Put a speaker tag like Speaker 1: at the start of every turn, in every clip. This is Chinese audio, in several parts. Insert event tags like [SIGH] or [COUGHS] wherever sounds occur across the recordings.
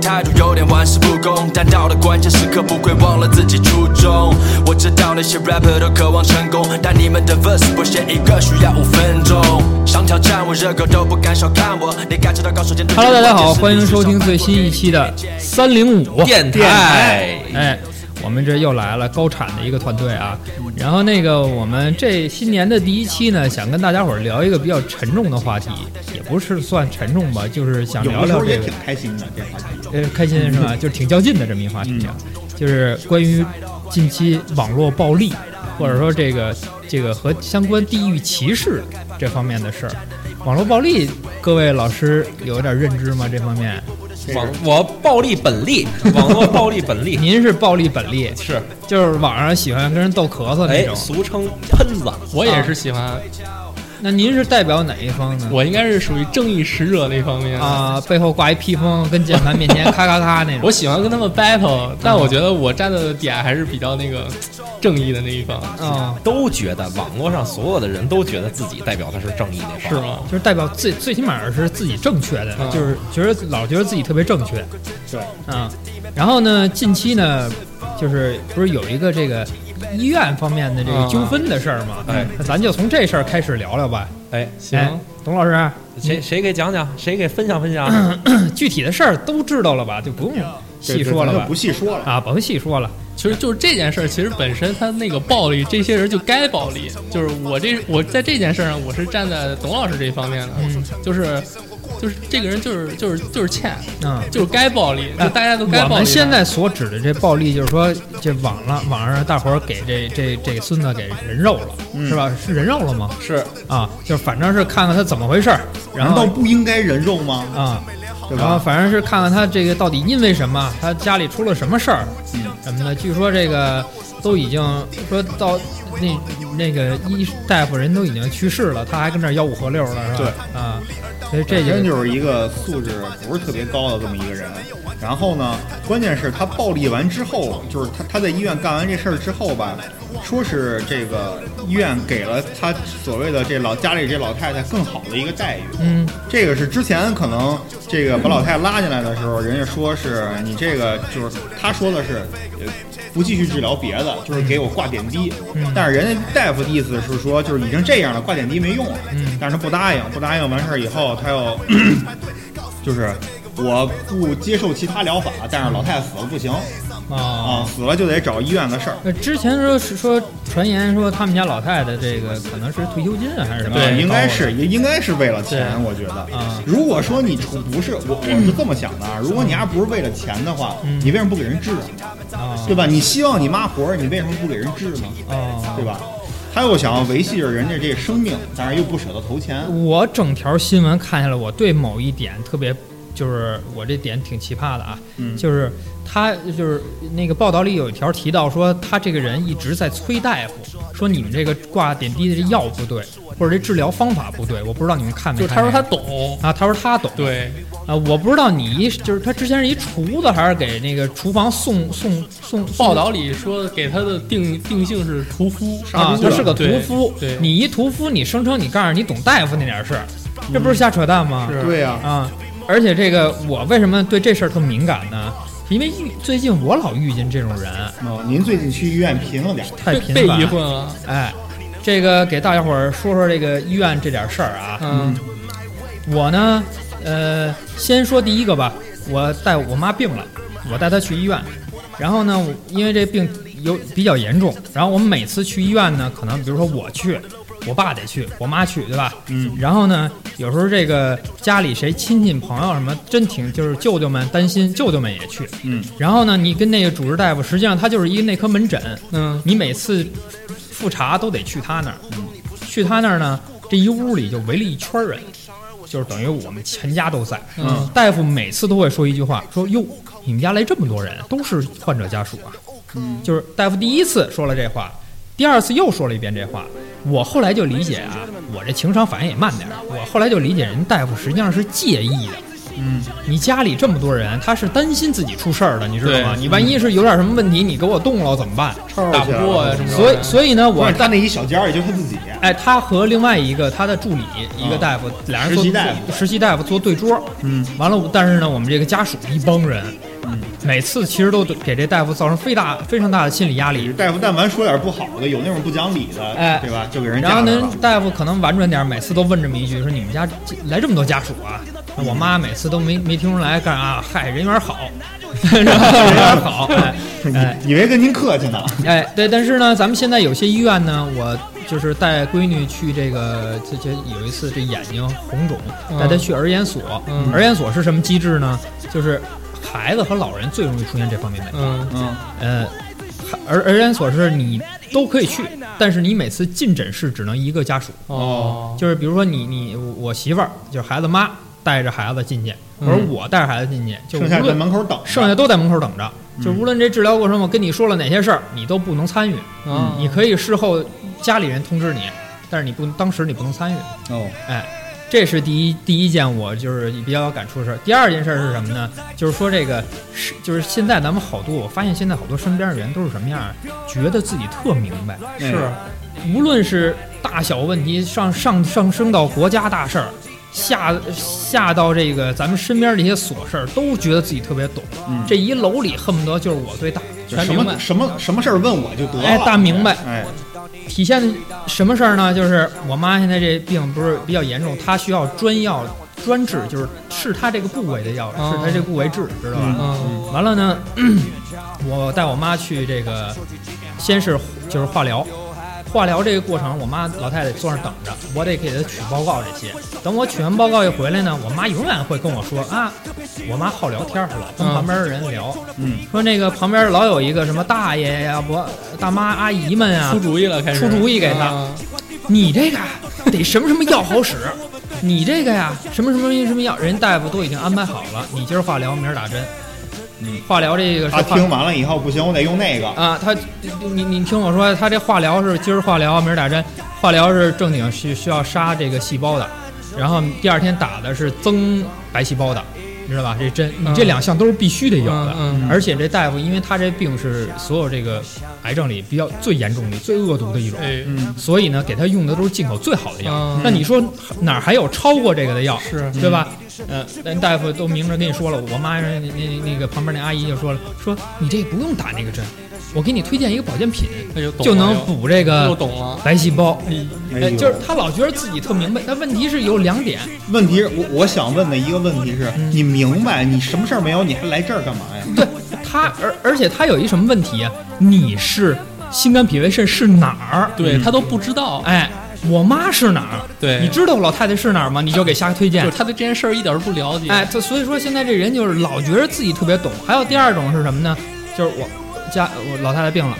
Speaker 1: 态度有点玩世不恭，但到了关键时刻不会忘了自己初衷。我知道那些 rapper 都渴望成功，但你们的 verse 不写一个需要五分钟。想挑战我热狗都不敢小看我，你感受到高手间的
Speaker 2: Hello，大家好，欢迎收听最新一期的三零五
Speaker 3: 电台。
Speaker 2: 哎，我们这又来了高产的一个团队啊。然后那个我们这新年的第一期呢，想跟大家伙儿聊一个比较沉重的话题，也不是算沉重吧，就是想
Speaker 4: 有
Speaker 2: 聊
Speaker 4: 的时
Speaker 2: 聊
Speaker 4: 候
Speaker 2: 这
Speaker 4: 也
Speaker 2: 个
Speaker 4: 挺开心的，嗯这话题。
Speaker 2: 呃开心是吧？就是挺较劲的这么一话题啊，就是关于近期网络暴力，或者说这个这个和相关地域歧视这方面的事儿。网络暴力，各位老师有点认知吗？这方面？
Speaker 3: 网我暴力本
Speaker 2: [LAUGHS]
Speaker 3: 力，网络暴力本力
Speaker 2: 您是暴力本力，
Speaker 5: 是，
Speaker 2: 就是网上喜欢跟人斗咳嗽那
Speaker 3: 哎，
Speaker 2: 种。
Speaker 3: 俗称喷子。
Speaker 5: 我也是喜欢，
Speaker 2: 那您是代表哪一方呢？
Speaker 5: 我应该是属于正义使者那方面。
Speaker 2: 啊，背后挂一披风，跟键盘面前咔咔咔那种。
Speaker 5: 我喜欢跟他们 battle，但我觉得我站的点还是比较那个正义的那一方，
Speaker 2: 啊，
Speaker 3: 都觉得网络上所有的人都觉得自己代表的是正义那方，
Speaker 5: 是？吗？
Speaker 2: 就是代表最最起码是自己正确的，
Speaker 5: 啊
Speaker 2: 就是觉得老觉得自己特别正确。
Speaker 4: 对，
Speaker 2: 啊，然后呢，近期呢，就是不是有一个这个医院方面的这个
Speaker 5: 啊
Speaker 2: 纠纷的事儿吗？
Speaker 3: 哎
Speaker 2: 那咱就从这事儿开始聊聊吧。
Speaker 3: 哎，
Speaker 2: 哎
Speaker 5: 行，，
Speaker 2: 董老师，啊
Speaker 3: 谁谁给讲讲？谁给分享分
Speaker 2: [LAUGHS]
Speaker 3: 享？
Speaker 2: 具体的事儿都知道了吧？就不用细说了
Speaker 4: 咱
Speaker 2: 吧
Speaker 4: 就不？细说了。
Speaker 2: 啊，甭细说了。
Speaker 5: 其实就是这件事儿，其实本身他那个暴力，这些人就该暴力。就是我这我在这件事儿上，我是站在董老师这一方面的，就是就是这个人就是就是就是欠，
Speaker 2: 嗯，
Speaker 5: 就是该暴力，就大家都该
Speaker 2: 我
Speaker 5: 暴
Speaker 2: 们
Speaker 5: 力。
Speaker 2: 现在所指的这暴力，就是说这网了网上大伙儿给这这这孙子给人肉了，
Speaker 5: 嗯
Speaker 2: 是吧？是人肉了吗？
Speaker 3: 是
Speaker 2: 啊，就是反正是看看他怎么回事儿，然
Speaker 4: 难道
Speaker 2: 后
Speaker 4: 不应该人肉
Speaker 5: 嗯
Speaker 4: 吗？
Speaker 2: 啊，
Speaker 4: 对
Speaker 2: 然后
Speaker 4: 吧？
Speaker 2: 反正是看看他这个到底因为什么，他家里出了什么事儿，
Speaker 5: 嗯
Speaker 2: 什么的。据说这个都已经说到那那个医大夫人都已经去世了，他还跟那儿吆五喝六了，是吧？对啊，所以这
Speaker 4: 本身
Speaker 2: 就
Speaker 4: 就是一个素质不是特别高的这么一个人。然后呢，关键是他暴力完之后，就是他他在医院干完这事儿之后吧，说是这个医院给了他所谓的这老家里这老太太更好的一个待遇。
Speaker 2: 嗯
Speaker 4: 这个是之前可能这个把老太太拉进来的时候，人家说是哎你这个就是他说的是呃不继续治疗别的，就是给我挂点滴。但是人家大夫的意思是说，就是已经这样了，挂点滴没用了。但是他不答应，不答应完事儿以后，他又 [COUGHS] 就是我不接受其他疗法，但是老太太死了不行
Speaker 2: 啊。
Speaker 4: 啊，死了就得找医院的事儿。
Speaker 2: 呃，之前说是说传言说他们家老太太这个可能是退休金啊还是什么，
Speaker 4: 啊
Speaker 2: 对，
Speaker 4: 应该是也应该是为了钱，我觉得。
Speaker 2: 啊
Speaker 4: 如果说你出不是我，我是这么想的啊，如果你要不是为了钱的话，你为什么不给人治啊？
Speaker 2: 嗯啊
Speaker 4: 对吧？你希望你妈活着，你为什么不给人治呢？
Speaker 2: 啊
Speaker 4: 对。吧？他又想要维系着人家这生命，但是又不舍得投钱。
Speaker 2: 我整条新闻看下来，我对某一点特别，就是我这点挺奇葩的啊，
Speaker 4: 嗯
Speaker 2: 就是他就是那个报道里有一条提到说，他这个人一直在催大夫说你们这个挂点滴的这药不对，或者这治疗方法不对，我不知道你们看没
Speaker 5: 就是
Speaker 2: 看见。
Speaker 5: 他说他懂，
Speaker 2: 啊，他说他懂，
Speaker 5: 对，
Speaker 2: 啊，我不知道你一就是他之前是一厨子还是给那个厨房送送送
Speaker 5: 报
Speaker 2: 道。
Speaker 5: 道里说给他的定定性是屠夫，
Speaker 2: 啊，他是个屠
Speaker 5: 对
Speaker 2: 夫。
Speaker 5: 对，
Speaker 2: 你一屠夫，你声称你告诉你懂大夫那点事儿，这不是瞎扯淡吗？
Speaker 5: 嗯是
Speaker 4: 对呀、
Speaker 2: 啊，而且这个我为什么对这事儿特敏感呢？是因为遇最近我老遇见这种人，
Speaker 4: 哦，您最近去医院贫了点儿，
Speaker 2: 太频
Speaker 5: 被
Speaker 2: 繁
Speaker 5: 遗。混了，
Speaker 2: 哎，这个给大家伙儿说说这个医院这点事儿啊。
Speaker 5: 嗯，
Speaker 2: 我呢，呃，先说第一个吧，我带我妈病了，我带她去医院，然后呢，我因为这病有比较严重，然后我们每次去医院呢，可能比如说我去，我爸得去，我妈去，对吧？嗯。然后呢，有时候这个家里谁亲戚朋友什么，真挺就是舅舅们担心，舅舅们也去。
Speaker 4: 嗯。
Speaker 2: 然后呢，你跟那个主治大夫，实际上他就是一个内科门诊，
Speaker 5: 嗯，
Speaker 2: 你每次复查都得去他那儿，去他那儿呢，这一屋里就围了一圈儿人，就是等于我们全家都在。
Speaker 5: 嗯，
Speaker 2: 大夫每次都会说一句话，说哟，你们家来这么多人，都是患者家属啊。嗯，就是大夫第一次说了这话，第二次又说了一遍这话。我后来就理解啊，我这情商反应也慢点儿。我后来就理解，人大夫实际上是介意的，
Speaker 4: 嗯，
Speaker 2: 你家里这么多人，他是担心自己出事儿的，你知道吗？
Speaker 5: 对
Speaker 2: 你万一是有点什么问题，你给我动了怎么办？
Speaker 4: 抽
Speaker 5: 打不过呀、什么的。
Speaker 2: 所以，所以呢，我
Speaker 4: 我在那一小间儿，也就他自己。
Speaker 2: 哎，他和另外一个他的助理，一个大夫，俩人
Speaker 4: 嗯实
Speaker 2: 做
Speaker 4: 习大夫
Speaker 2: 实习大夫做对桌，
Speaker 4: 嗯，
Speaker 2: 完了，但是呢，我们这个家属一帮人，嗯，每次其实都对给这大夫造成非大非常大的心理压力。
Speaker 4: 大夫，但凡说点不好的，有那种不讲理的，
Speaker 2: 哎
Speaker 4: 对吧？就给人
Speaker 2: 然后
Speaker 4: 架着
Speaker 2: 呢
Speaker 4: 了，。
Speaker 2: 大夫可能婉转点，每次都问这么一句，说你们家来这么多家属啊？
Speaker 4: 嗯
Speaker 2: 我妈每次都没没听出来干啊，嗨，人缘
Speaker 4: [LAUGHS]
Speaker 2: 好，人缘好，哎哎，
Speaker 4: 以为跟您客气呢，
Speaker 2: 哎，对，但是呢，咱们现在有些医院呢，我就是带闺女去这个，这这有一次这眼睛红肿，
Speaker 5: 嗯
Speaker 2: 带她去儿研所。
Speaker 5: 嗯
Speaker 2: 儿研所是什么机制呢？就是孩子和老人最容易出现这方面的。
Speaker 5: 嗯，
Speaker 4: 嗯，
Speaker 2: 呃，儿儿研所是你都可以去，但是你每次进诊室只能一个家属，
Speaker 5: 哦，
Speaker 2: 就是比如说你你我我媳妇儿就是孩子妈带着孩子进去，或者
Speaker 5: 嗯
Speaker 2: 我带着孩子进去，就
Speaker 4: 剩下
Speaker 2: 无
Speaker 4: 在
Speaker 2: 论
Speaker 4: 门口等着，
Speaker 2: 剩下都在门口等着。就
Speaker 4: 嗯
Speaker 2: 无论这治疗过程我跟你说了哪些事儿，你都不能参与。
Speaker 5: 啊
Speaker 4: 哦
Speaker 2: 你可以事后家里人通知你，但是你不当时你不能参与。
Speaker 4: 哦，
Speaker 2: 哎，这是第一第一件我就是比较有感触的事儿。第二件事儿是什么呢？就是说这个是就是现在咱们好多，我发现现在好多身边的人都是什么样啊？觉得自己特明白，
Speaker 4: 哎
Speaker 5: 是
Speaker 2: 无论是大小问题上上上升到国家大事儿。下下到这个咱们身边这些琐事儿，都觉得自己特别懂。
Speaker 4: 嗯
Speaker 2: 这一楼里恨不得就是我最大，
Speaker 4: 就
Speaker 2: 全
Speaker 4: 什
Speaker 2: 明白
Speaker 4: 么。什么什么事儿问我就得了，
Speaker 2: 哎大明白
Speaker 4: 哎，
Speaker 2: 体现什么事儿呢？就是我妈现在这病不是比较严重，她需要专药专治，就是是她这个部位的药，
Speaker 5: 哦
Speaker 2: 是她这个部位治，知道吧？
Speaker 5: 嗯
Speaker 2: 完了呢， [CLEARS THROAT] 我带我妈去这个，先是就是化疗，化疗这个过程，我妈老太太坐那儿等着，我得给她取报告这些。等我取完报告一回来呢，我妈永远会跟我说啊，我妈好聊天儿去了，跟
Speaker 5: 嗯
Speaker 2: 旁边的人聊，
Speaker 4: 嗯，
Speaker 2: 说那个旁边老有一个什么大爷呀、伯大妈、阿姨们啊呀、
Speaker 5: 出主意了，开始
Speaker 2: 出主意给他
Speaker 5: 啊
Speaker 2: 你这个啊得什么什么药好使，你这个呀什么什么什么药，人大夫都已经安排好了，你今儿化疗，明儿打针。
Speaker 4: 嗯，
Speaker 2: 化疗这个是
Speaker 4: 他
Speaker 2: 化
Speaker 4: 听完了以后不行，我得用那个，
Speaker 2: 啊，他你你听我说，他这化疗是今儿化疗，明儿打针，化疗是正经需需要杀这个细胞的，然后第二天打的是增白细胞的，你知道吧？这针你这
Speaker 5: 嗯
Speaker 2: 两项都是必须得有的，
Speaker 5: 嗯嗯
Speaker 2: 而且这大夫因为他这病是所有这个癌症里比较最严重的、最恶毒的一种，
Speaker 5: 哎，
Speaker 4: 嗯，
Speaker 2: 所以呢，给他用的都是进口最好的药。
Speaker 5: 嗯
Speaker 2: 那你说哪儿还有超过这个的药？
Speaker 5: 是嗯
Speaker 2: 对吧？呃，人大夫都明着跟你说了，我妈那那那个旁边那阿姨就说了，说你这不用打那个针，我给你推荐一个保健品，
Speaker 5: 哎呦懂了
Speaker 2: 就能补这
Speaker 5: 又
Speaker 2: 个
Speaker 5: 懂了，
Speaker 2: 白细胞。
Speaker 4: 哎
Speaker 2: 哎，
Speaker 4: 呦
Speaker 2: 就是他老觉得自己特明白，但问题是有两点，
Speaker 4: 问题是我我想问的一个问题是，
Speaker 2: 嗯
Speaker 4: 你明白你什么事儿没有，你还来这儿干嘛呀？
Speaker 2: 对他，而而且他有一什么问题啊？你是心肝脾胃肾是哪儿？
Speaker 5: 对
Speaker 4: 嗯
Speaker 5: 他都不知道，
Speaker 2: 哎，我妈是哪儿？
Speaker 5: 对
Speaker 2: 你知道我老太太是哪儿吗？你就给瞎推荐
Speaker 5: 就是。他对这件事儿一点儿都不了解，
Speaker 2: 哎，他所以说现在这人就是老觉得自己特别懂。还有第二种是什么呢？就是我家我老太太病了，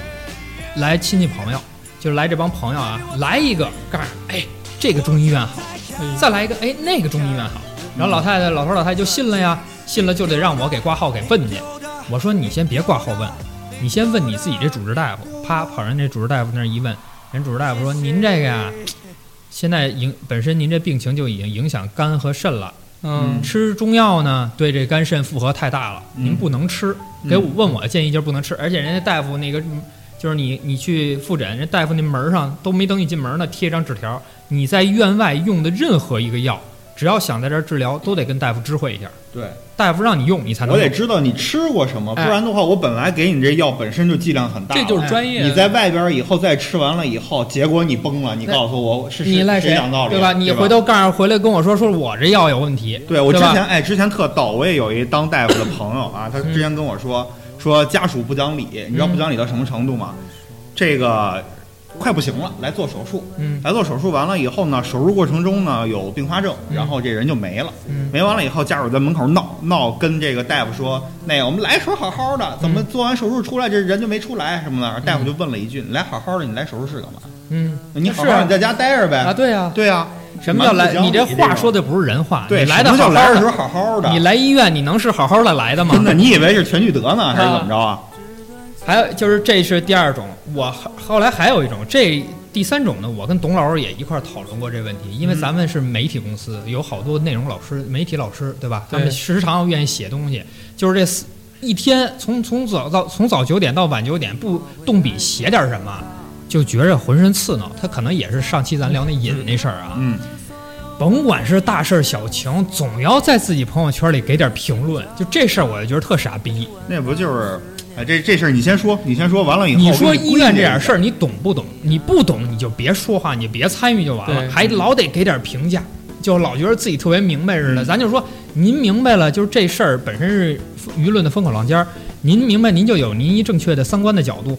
Speaker 2: 来亲戚朋友，就是来这帮朋友啊，来一个告诉你哎这个中医院好，
Speaker 5: 哎，
Speaker 2: 再来一个哎那个中医院好，
Speaker 5: 嗯
Speaker 2: 然后老太太老头儿老太太就信了呀，信了就得让我给挂号给问去。我说你先别挂号问，你先问你自己这主治大夫。啪，跑人这主治大夫那儿一问，人主治大夫说您这个呀，现在影本身您这病情就已经影响肝和肾了。
Speaker 5: 嗯
Speaker 2: 吃中药呢，对这肝肾负荷太大了，您不能吃。给我问我的建议就是不能吃，而且人家大夫那个就是你你去复诊，人大夫那门儿上都没等你进门呢，贴一张纸条，你在院外用的任何一个药，只要想在这儿治疗，都得跟大夫知会一下，
Speaker 4: 对，
Speaker 2: 大夫让你用你才能
Speaker 4: 我得
Speaker 2: 用。
Speaker 4: 知道你吃过什么，不
Speaker 2: 哎
Speaker 4: 然的话，我本来给你这药本身就剂量很大了，
Speaker 5: 这就是专业，
Speaker 4: 你在外边以后再吃完了以后，结果你崩了，你告诉我是
Speaker 2: 你赖
Speaker 4: 谁
Speaker 2: 谁
Speaker 4: 讲道理？
Speaker 2: 对
Speaker 4: 对
Speaker 2: 吧？你回头告诉回来跟我说，说我这药有问题。
Speaker 4: 对我之
Speaker 2: 吧
Speaker 4: 前哎，之前特逗，我也有一当大夫的朋友啊，他之前跟我说
Speaker 2: 嗯
Speaker 4: 说家属不讲理，你知道不讲理到什么程度吗？这个快不行了，来做手术，
Speaker 2: 嗯
Speaker 4: 来做手术完了以后呢，手术过程中呢有并发症，然后这人就没了，
Speaker 2: 嗯
Speaker 4: 没完了以后，家属在门口闹闹，跟这个大夫说，那个我们来时候好好的，怎
Speaker 2: 嗯
Speaker 4: 么做完手术出来这人就没出来什么的？大夫就问了一句，你来好好的，你来手术室干嘛？
Speaker 2: 嗯，
Speaker 4: 你好
Speaker 2: 是啊
Speaker 4: 好你在家待着呗。
Speaker 2: 啊，对呀，
Speaker 4: 对啊，
Speaker 2: 什么叫来？你这话说
Speaker 4: 的
Speaker 2: 的不是人话，
Speaker 4: 对，
Speaker 2: 你来的
Speaker 4: 啊什么
Speaker 2: 好
Speaker 4: 叫
Speaker 2: 好
Speaker 4: 来的时候好好的，
Speaker 2: 你来医院，你能是好好的来的吗？
Speaker 4: [LAUGHS] 真的，你以为是全聚德呢，还是怎么着啊？
Speaker 2: 还有就是这是第二种，我后后来还有一种，这第三种呢，我跟董老师也一块儿讨论过这个问题，因为咱们是媒体公司，有好多内容老师、媒体老师，对吧？他们
Speaker 5: 对
Speaker 2: 时常愿意写东西，就是这四一天从从早到从早九点到晚九点，不动笔写点什么，就觉着浑身刺挠。他可能也是上期咱聊那瘾那事儿啊，
Speaker 4: 嗯，
Speaker 2: 甭管是大事儿小情，总要在自己朋友圈里给点评论。就这事儿，我就觉得特傻逼。
Speaker 4: 那不就是，哎，这这事儿你先说，你先说完了以后，
Speaker 2: 你说医院这点事
Speaker 4: 儿，
Speaker 2: 儿，你懂不懂？你不懂你就别说话，你别参与就完了，
Speaker 5: 对
Speaker 2: 还老得给点评价，就老觉得自己特别明白似的。
Speaker 4: 嗯
Speaker 2: 咱就说，您明白了，就是这事儿本身是舆论的风口浪尖儿，您明白，您就有您一正确的三观的角度。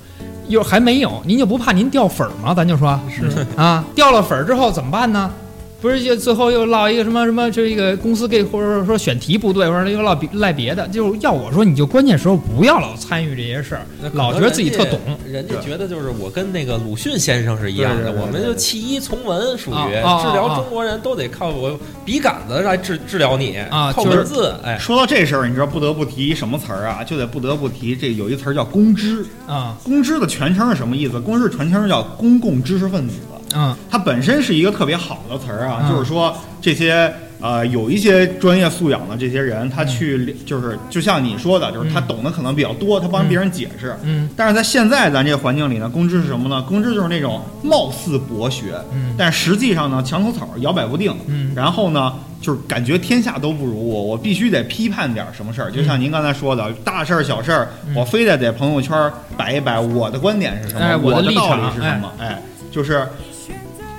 Speaker 2: 又还没有，您就不怕您掉粉儿吗？咱就说，是啊，掉了粉儿之后怎么办呢？不是就最后又落一个什么什么这个公司给或者说选题不对，或者又落别赖别的，就是要我说你就关键时候不要老参与这些事儿，老觉得自己特懂。
Speaker 3: 人家觉得就是我跟那个鲁迅先生是一样的，
Speaker 4: 对对对对
Speaker 3: 我们就弃医从文，属于、
Speaker 2: 啊啊啊
Speaker 3: 治疗中国人都得靠我笔杆子来治治疗你，
Speaker 2: 啊
Speaker 3: 靠
Speaker 2: 就是
Speaker 3: 文字，哎，
Speaker 4: 说到这事儿，你知道不得不提什么词儿啊？就得不得不提这有一词儿叫公知，
Speaker 2: 啊
Speaker 4: 公知的全称是什么意思？公知全称叫公共知识分子。
Speaker 2: 嗯
Speaker 4: 它本身是一个特别好的词儿啊，
Speaker 2: 嗯
Speaker 4: 就是说这些呃有一些专业素养的这些人，他去了就是就像你说的，就是他
Speaker 2: 嗯
Speaker 4: 懂得可能比较多，他帮别人解释。
Speaker 2: 嗯
Speaker 4: 但是在现在咱这个环境里呢，公知是什么呢？公知就是那种貌似博学，
Speaker 2: 嗯
Speaker 4: 但实际上呢墙头草摇摆不定，
Speaker 2: 嗯
Speaker 4: 然后呢就是感觉天下都不如我，我必须得批判点什么事儿。
Speaker 2: 嗯
Speaker 4: 就像您刚才说的，大事儿小事儿，我非得在朋友圈摆一摆我的观点是什么，
Speaker 2: 哎我
Speaker 4: 我
Speaker 2: 的立
Speaker 4: 道理
Speaker 2: 场
Speaker 4: 是什么，哎就是。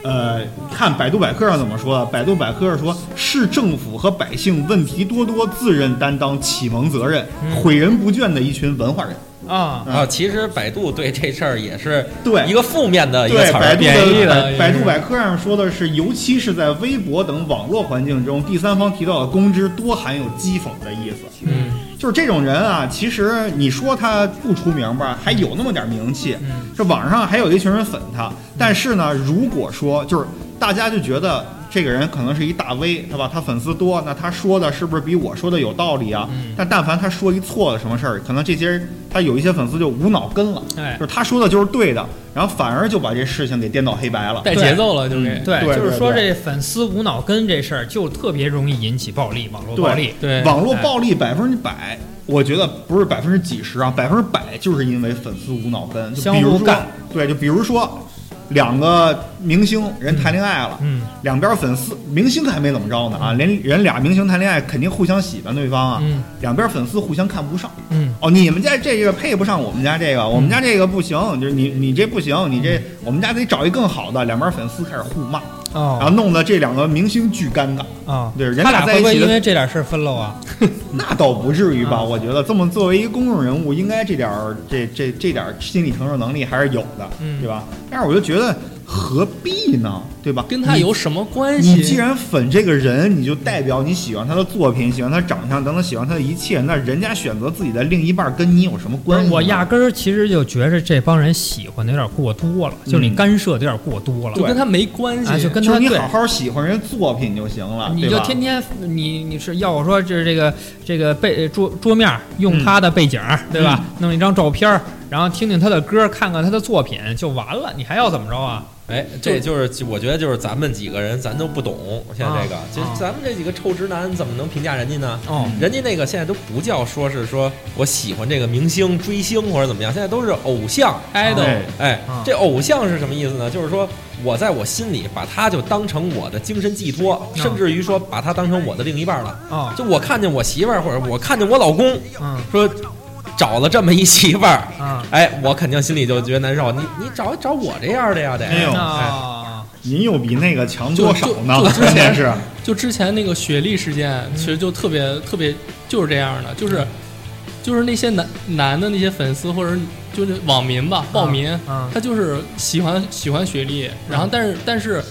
Speaker 4: 呃，看百度百科上怎么说的？百度百科是说，市政府和百姓问题多多，自认担当启蒙责任，
Speaker 3: 嗯
Speaker 4: 毁人不倦的一群文化人。
Speaker 2: 啊
Speaker 3: 啊，其实百度对这事儿也是
Speaker 4: 对
Speaker 3: 一个负面呃的一个
Speaker 4: 对，
Speaker 3: 词
Speaker 4: 百
Speaker 3: 儿
Speaker 4: 度，
Speaker 5: 贬义的
Speaker 3: 嗯
Speaker 4: 百百
Speaker 5: 也是
Speaker 4: 度百科上说的是，尤其是在微博等网络环境中，第三方提到的公知多含有讥讽的意思。
Speaker 5: 嗯，
Speaker 4: 就是这种人啊，其实你说他不出名吧，还有那么点名气，这网上还有一群人粉他。但是呢，如果说就是大家就觉得这个人可能是一大 V，对吧？他粉丝多，那他说的是不是比我说的有道理啊？但但凡他说一错了什么事儿，可能这些人他有一些粉丝就无脑跟了，
Speaker 2: 哎
Speaker 4: 就是他说的就是对的，然后反而就把这事情给颠倒黑白了。
Speaker 5: 带节奏了就给
Speaker 2: 嗯对，
Speaker 4: 对
Speaker 2: 就是说
Speaker 4: 对
Speaker 2: 这粉丝无脑跟这事儿就特别容易引起暴力，网络
Speaker 4: 对
Speaker 2: 暴力。
Speaker 5: 对
Speaker 4: 网络暴力百分之百，我觉得不是百分之几十啊，百分之百就是因为粉丝无脑跟，就比
Speaker 2: 相
Speaker 4: 如
Speaker 2: 互
Speaker 4: 说
Speaker 2: 干，
Speaker 4: 对，就比如说两个明星人谈恋爱了，
Speaker 2: 嗯，
Speaker 4: 两边粉丝明星还没怎么着呢啊，连人俩明星谈恋爱肯定互相喜欢对方啊，
Speaker 2: 嗯
Speaker 4: 两边粉丝互相看不上，
Speaker 2: 嗯，
Speaker 4: 哦，你们家这个配不上我们家这个，我们家这个不行，就是你你这不行，你这我们家得找一更好的，两边粉丝开始互骂，然后
Speaker 2: 嗯哦
Speaker 4: 弄得这两个明星巨尴尬。
Speaker 2: 哦，
Speaker 4: 对人
Speaker 2: 他
Speaker 4: 俩
Speaker 2: 俩
Speaker 4: 在
Speaker 2: 会
Speaker 4: 一
Speaker 2: 不会
Speaker 4: 起
Speaker 2: 因
Speaker 4: 的
Speaker 2: 为这点事儿分了啊？
Speaker 4: [LAUGHS] 那倒不至于吧，
Speaker 2: 啊
Speaker 4: 我觉得这么作为一个公众人物，应该这点儿这这这点儿心理承受能力还是有的，
Speaker 2: 嗯
Speaker 4: 对吧？但是我就觉得何必呢，对吧？
Speaker 5: 跟他有什么关
Speaker 4: 你
Speaker 5: 系？
Speaker 4: 你既然粉这个人，你就代表你喜欢他的作品、喜欢他长相等等，喜欢他的一切，那人家选择自己的另一半跟你有什么
Speaker 2: 不
Speaker 4: 关
Speaker 2: 是
Speaker 4: 系呢？
Speaker 2: 我压根儿其实就觉着这帮人喜欢的有点过多了，就你
Speaker 4: 嗯
Speaker 2: 干涉的有点过多了
Speaker 5: 就。跟他没关系，
Speaker 2: 啊，就跟
Speaker 4: 就
Speaker 2: 他
Speaker 4: 是你
Speaker 2: 对
Speaker 4: 好，好喜欢人家作品就行了，
Speaker 2: 你
Speaker 4: 对
Speaker 2: 就
Speaker 4: 吧
Speaker 2: 天天你你是要我说这这个这个背呃桌桌面儿用他的背景儿、
Speaker 4: 嗯
Speaker 2: 对吧？弄一张照片儿，然后听听他的歌儿，看看他的作品就完了，你还要怎么着啊？
Speaker 3: 哎，这就是我觉得就是咱们几个人咱都不懂现在这个
Speaker 2: 啊，
Speaker 3: 就
Speaker 2: 啊
Speaker 3: 咱们这几个臭直男怎么能评价人家呢？
Speaker 2: 哦，
Speaker 3: 人家那个现在都不叫说是说我喜欢这个明星追星或者怎么样，现在都是偶像 idol
Speaker 4: 哎。
Speaker 3: 哎
Speaker 2: 啊，
Speaker 3: 这偶像是什么意思呢？就是说我在我心里把他就当成我的精神寄
Speaker 2: 啊
Speaker 3: 托，甚至于说把他当成我的另一半了。
Speaker 2: 哦
Speaker 3: 就我看见我媳妇儿或者我看见我老公，
Speaker 2: 嗯
Speaker 3: 说找了这么一媳妇儿，
Speaker 2: 啊，
Speaker 3: 哎，我肯定心里就觉得难受。你你找找我这样的呀，得。
Speaker 4: 哎呦
Speaker 2: 那
Speaker 4: 您又比那个强多少呢
Speaker 5: 就就？就
Speaker 4: 关键是，
Speaker 5: 就之前那个雪莉事件，其实就特别、特别就是这样的，就是就是那些男男的那些粉丝或者就是网民吧，暴民，
Speaker 2: 啊
Speaker 5: 他就是喜欢喜欢雪莉，然后但是、但是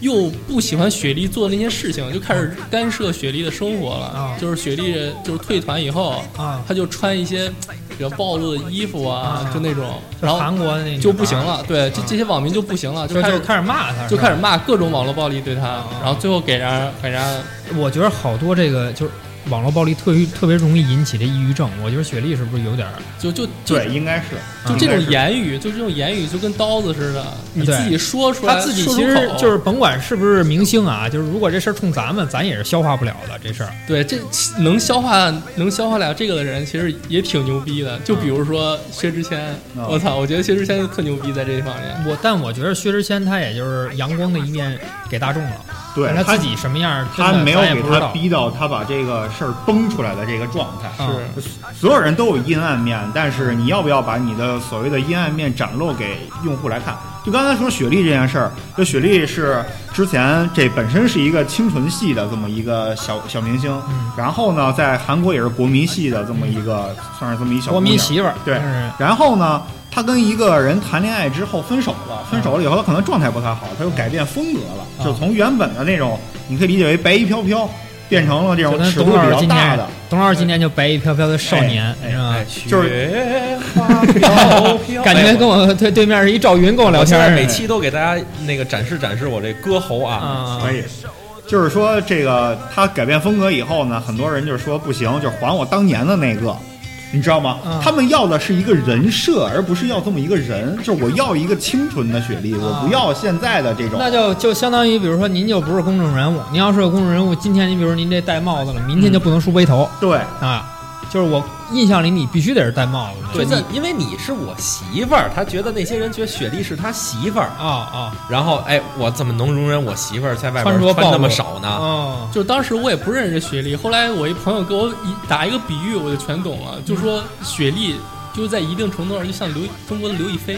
Speaker 5: 又不喜欢雪莉做那些事情，就开始干涉雪莉的生活了。
Speaker 2: 啊
Speaker 5: 就是雪莉就是退团以后，
Speaker 2: 啊
Speaker 5: 他就穿一些比较暴露的衣服啊，
Speaker 2: 啊
Speaker 5: 就那种，
Speaker 2: 然
Speaker 5: 然
Speaker 2: 后韩
Speaker 5: 后
Speaker 2: 国那女
Speaker 5: 就不行
Speaker 2: 孩儿，
Speaker 5: 了。对，这这些网民就不行了，
Speaker 2: 就
Speaker 5: 开始
Speaker 2: 就开始骂他，
Speaker 5: 就是开始
Speaker 2: 吧。
Speaker 5: 骂各种网络暴力对他，
Speaker 2: 啊
Speaker 5: 然后最后给人家给人家
Speaker 2: 我觉得好多这个就是网络暴力特特别容易引起这抑郁症。我觉得雪莉是不是有点儿？
Speaker 5: 就就就
Speaker 4: 对，应该是嗯
Speaker 5: 就这种
Speaker 4: 应该是
Speaker 5: 言语，就这种言语就跟刀子似的，你
Speaker 2: 嗯对
Speaker 5: 自己说出来，
Speaker 2: 他自己
Speaker 5: 说出
Speaker 2: 其实
Speaker 5: 口
Speaker 2: 就是甭管是不是明星啊，就是如果这事儿冲咱们，咱也是消化不了的这事儿。
Speaker 5: 对这能消化能消化了这个的人，其实也挺牛逼的。就比如说薛之谦，
Speaker 4: 嗯
Speaker 5: 我操，我觉得薛之谦就特牛逼在这一方面。
Speaker 2: 我但我觉得薛之谦他也就是阳光的一面给大众了，
Speaker 4: 对
Speaker 2: 但他自己什么样儿真的
Speaker 4: 他没有
Speaker 2: 咱也
Speaker 4: 给
Speaker 2: 不知
Speaker 4: 他
Speaker 2: 道。
Speaker 4: 逼到他把这个事儿崩出来的这个状态。
Speaker 2: 嗯
Speaker 5: 是
Speaker 4: 所有人都有阴暗面，但是你要不要把你的所谓的阴暗面展露给用户来看？就刚才说雪莉这件事儿，就雪莉是之前这本身是一个清纯系的这么一个小小明星，然后呢，在韩国也是国民系的这么一个，算是这么一小
Speaker 2: 国民
Speaker 4: 姑娘
Speaker 2: 媳妇儿
Speaker 4: 对
Speaker 2: 嗯，
Speaker 4: 然后呢，她跟一个人谈恋爱之后分手
Speaker 2: 嗯
Speaker 4: 了，分手了以后她可能状态不太好，她又改变风格了，就从原本的那种你可以理解为白衣飘飘，变成了这
Speaker 2: 就
Speaker 4: 种
Speaker 2: 跟
Speaker 4: 尺度
Speaker 2: 董老
Speaker 4: 比
Speaker 2: 师
Speaker 4: 较
Speaker 2: 今
Speaker 4: 大
Speaker 2: 天
Speaker 4: 的。，
Speaker 2: 董老师今天就白衣飘飘的少年
Speaker 4: 哎哎哎
Speaker 2: 是吧？
Speaker 4: 就是
Speaker 3: 雪花飘飘，
Speaker 2: 感觉跟
Speaker 3: 我。
Speaker 2: 我对对面是一赵云跟我聊
Speaker 3: 我现
Speaker 2: 天
Speaker 3: 在
Speaker 2: 儿，
Speaker 3: 每期都给大家那个展示展示我这歌喉啊，
Speaker 2: 啊
Speaker 4: 可以。哎就是说，这个他改变风格以后呢，很多人就说不行，就还我当年的那个，你知道吗？
Speaker 2: 嗯
Speaker 4: 他们要的是一个人设，而不是要这么一个人。就是我要一个清纯的雪莉，我不要现在的这种。
Speaker 2: 那就就相当于，比如说您就不是公众人物，您要是个公众人物，今天您比如说您这戴帽子了，明天就不能梳背头、
Speaker 4: 对，
Speaker 2: 啊，就是我印象里你必须得是戴帽子的，
Speaker 3: 对
Speaker 2: 就
Speaker 3: 你，因为你是我媳妇儿，他觉得那些人觉得雪莉是他媳妇儿，
Speaker 2: 啊啊，
Speaker 3: 然后哎，我怎么能容忍我媳妇儿在外边
Speaker 2: 穿着暴
Speaker 3: 穿那
Speaker 2: 露
Speaker 3: 么少
Speaker 4: 啊
Speaker 3: 呢？
Speaker 2: 哦，
Speaker 5: 就当时我也不认识雪莉，后来我一朋友给我一打一个比喻，我就全懂了。就说雪莉就在一定程度上就像刘中国的刘亦菲，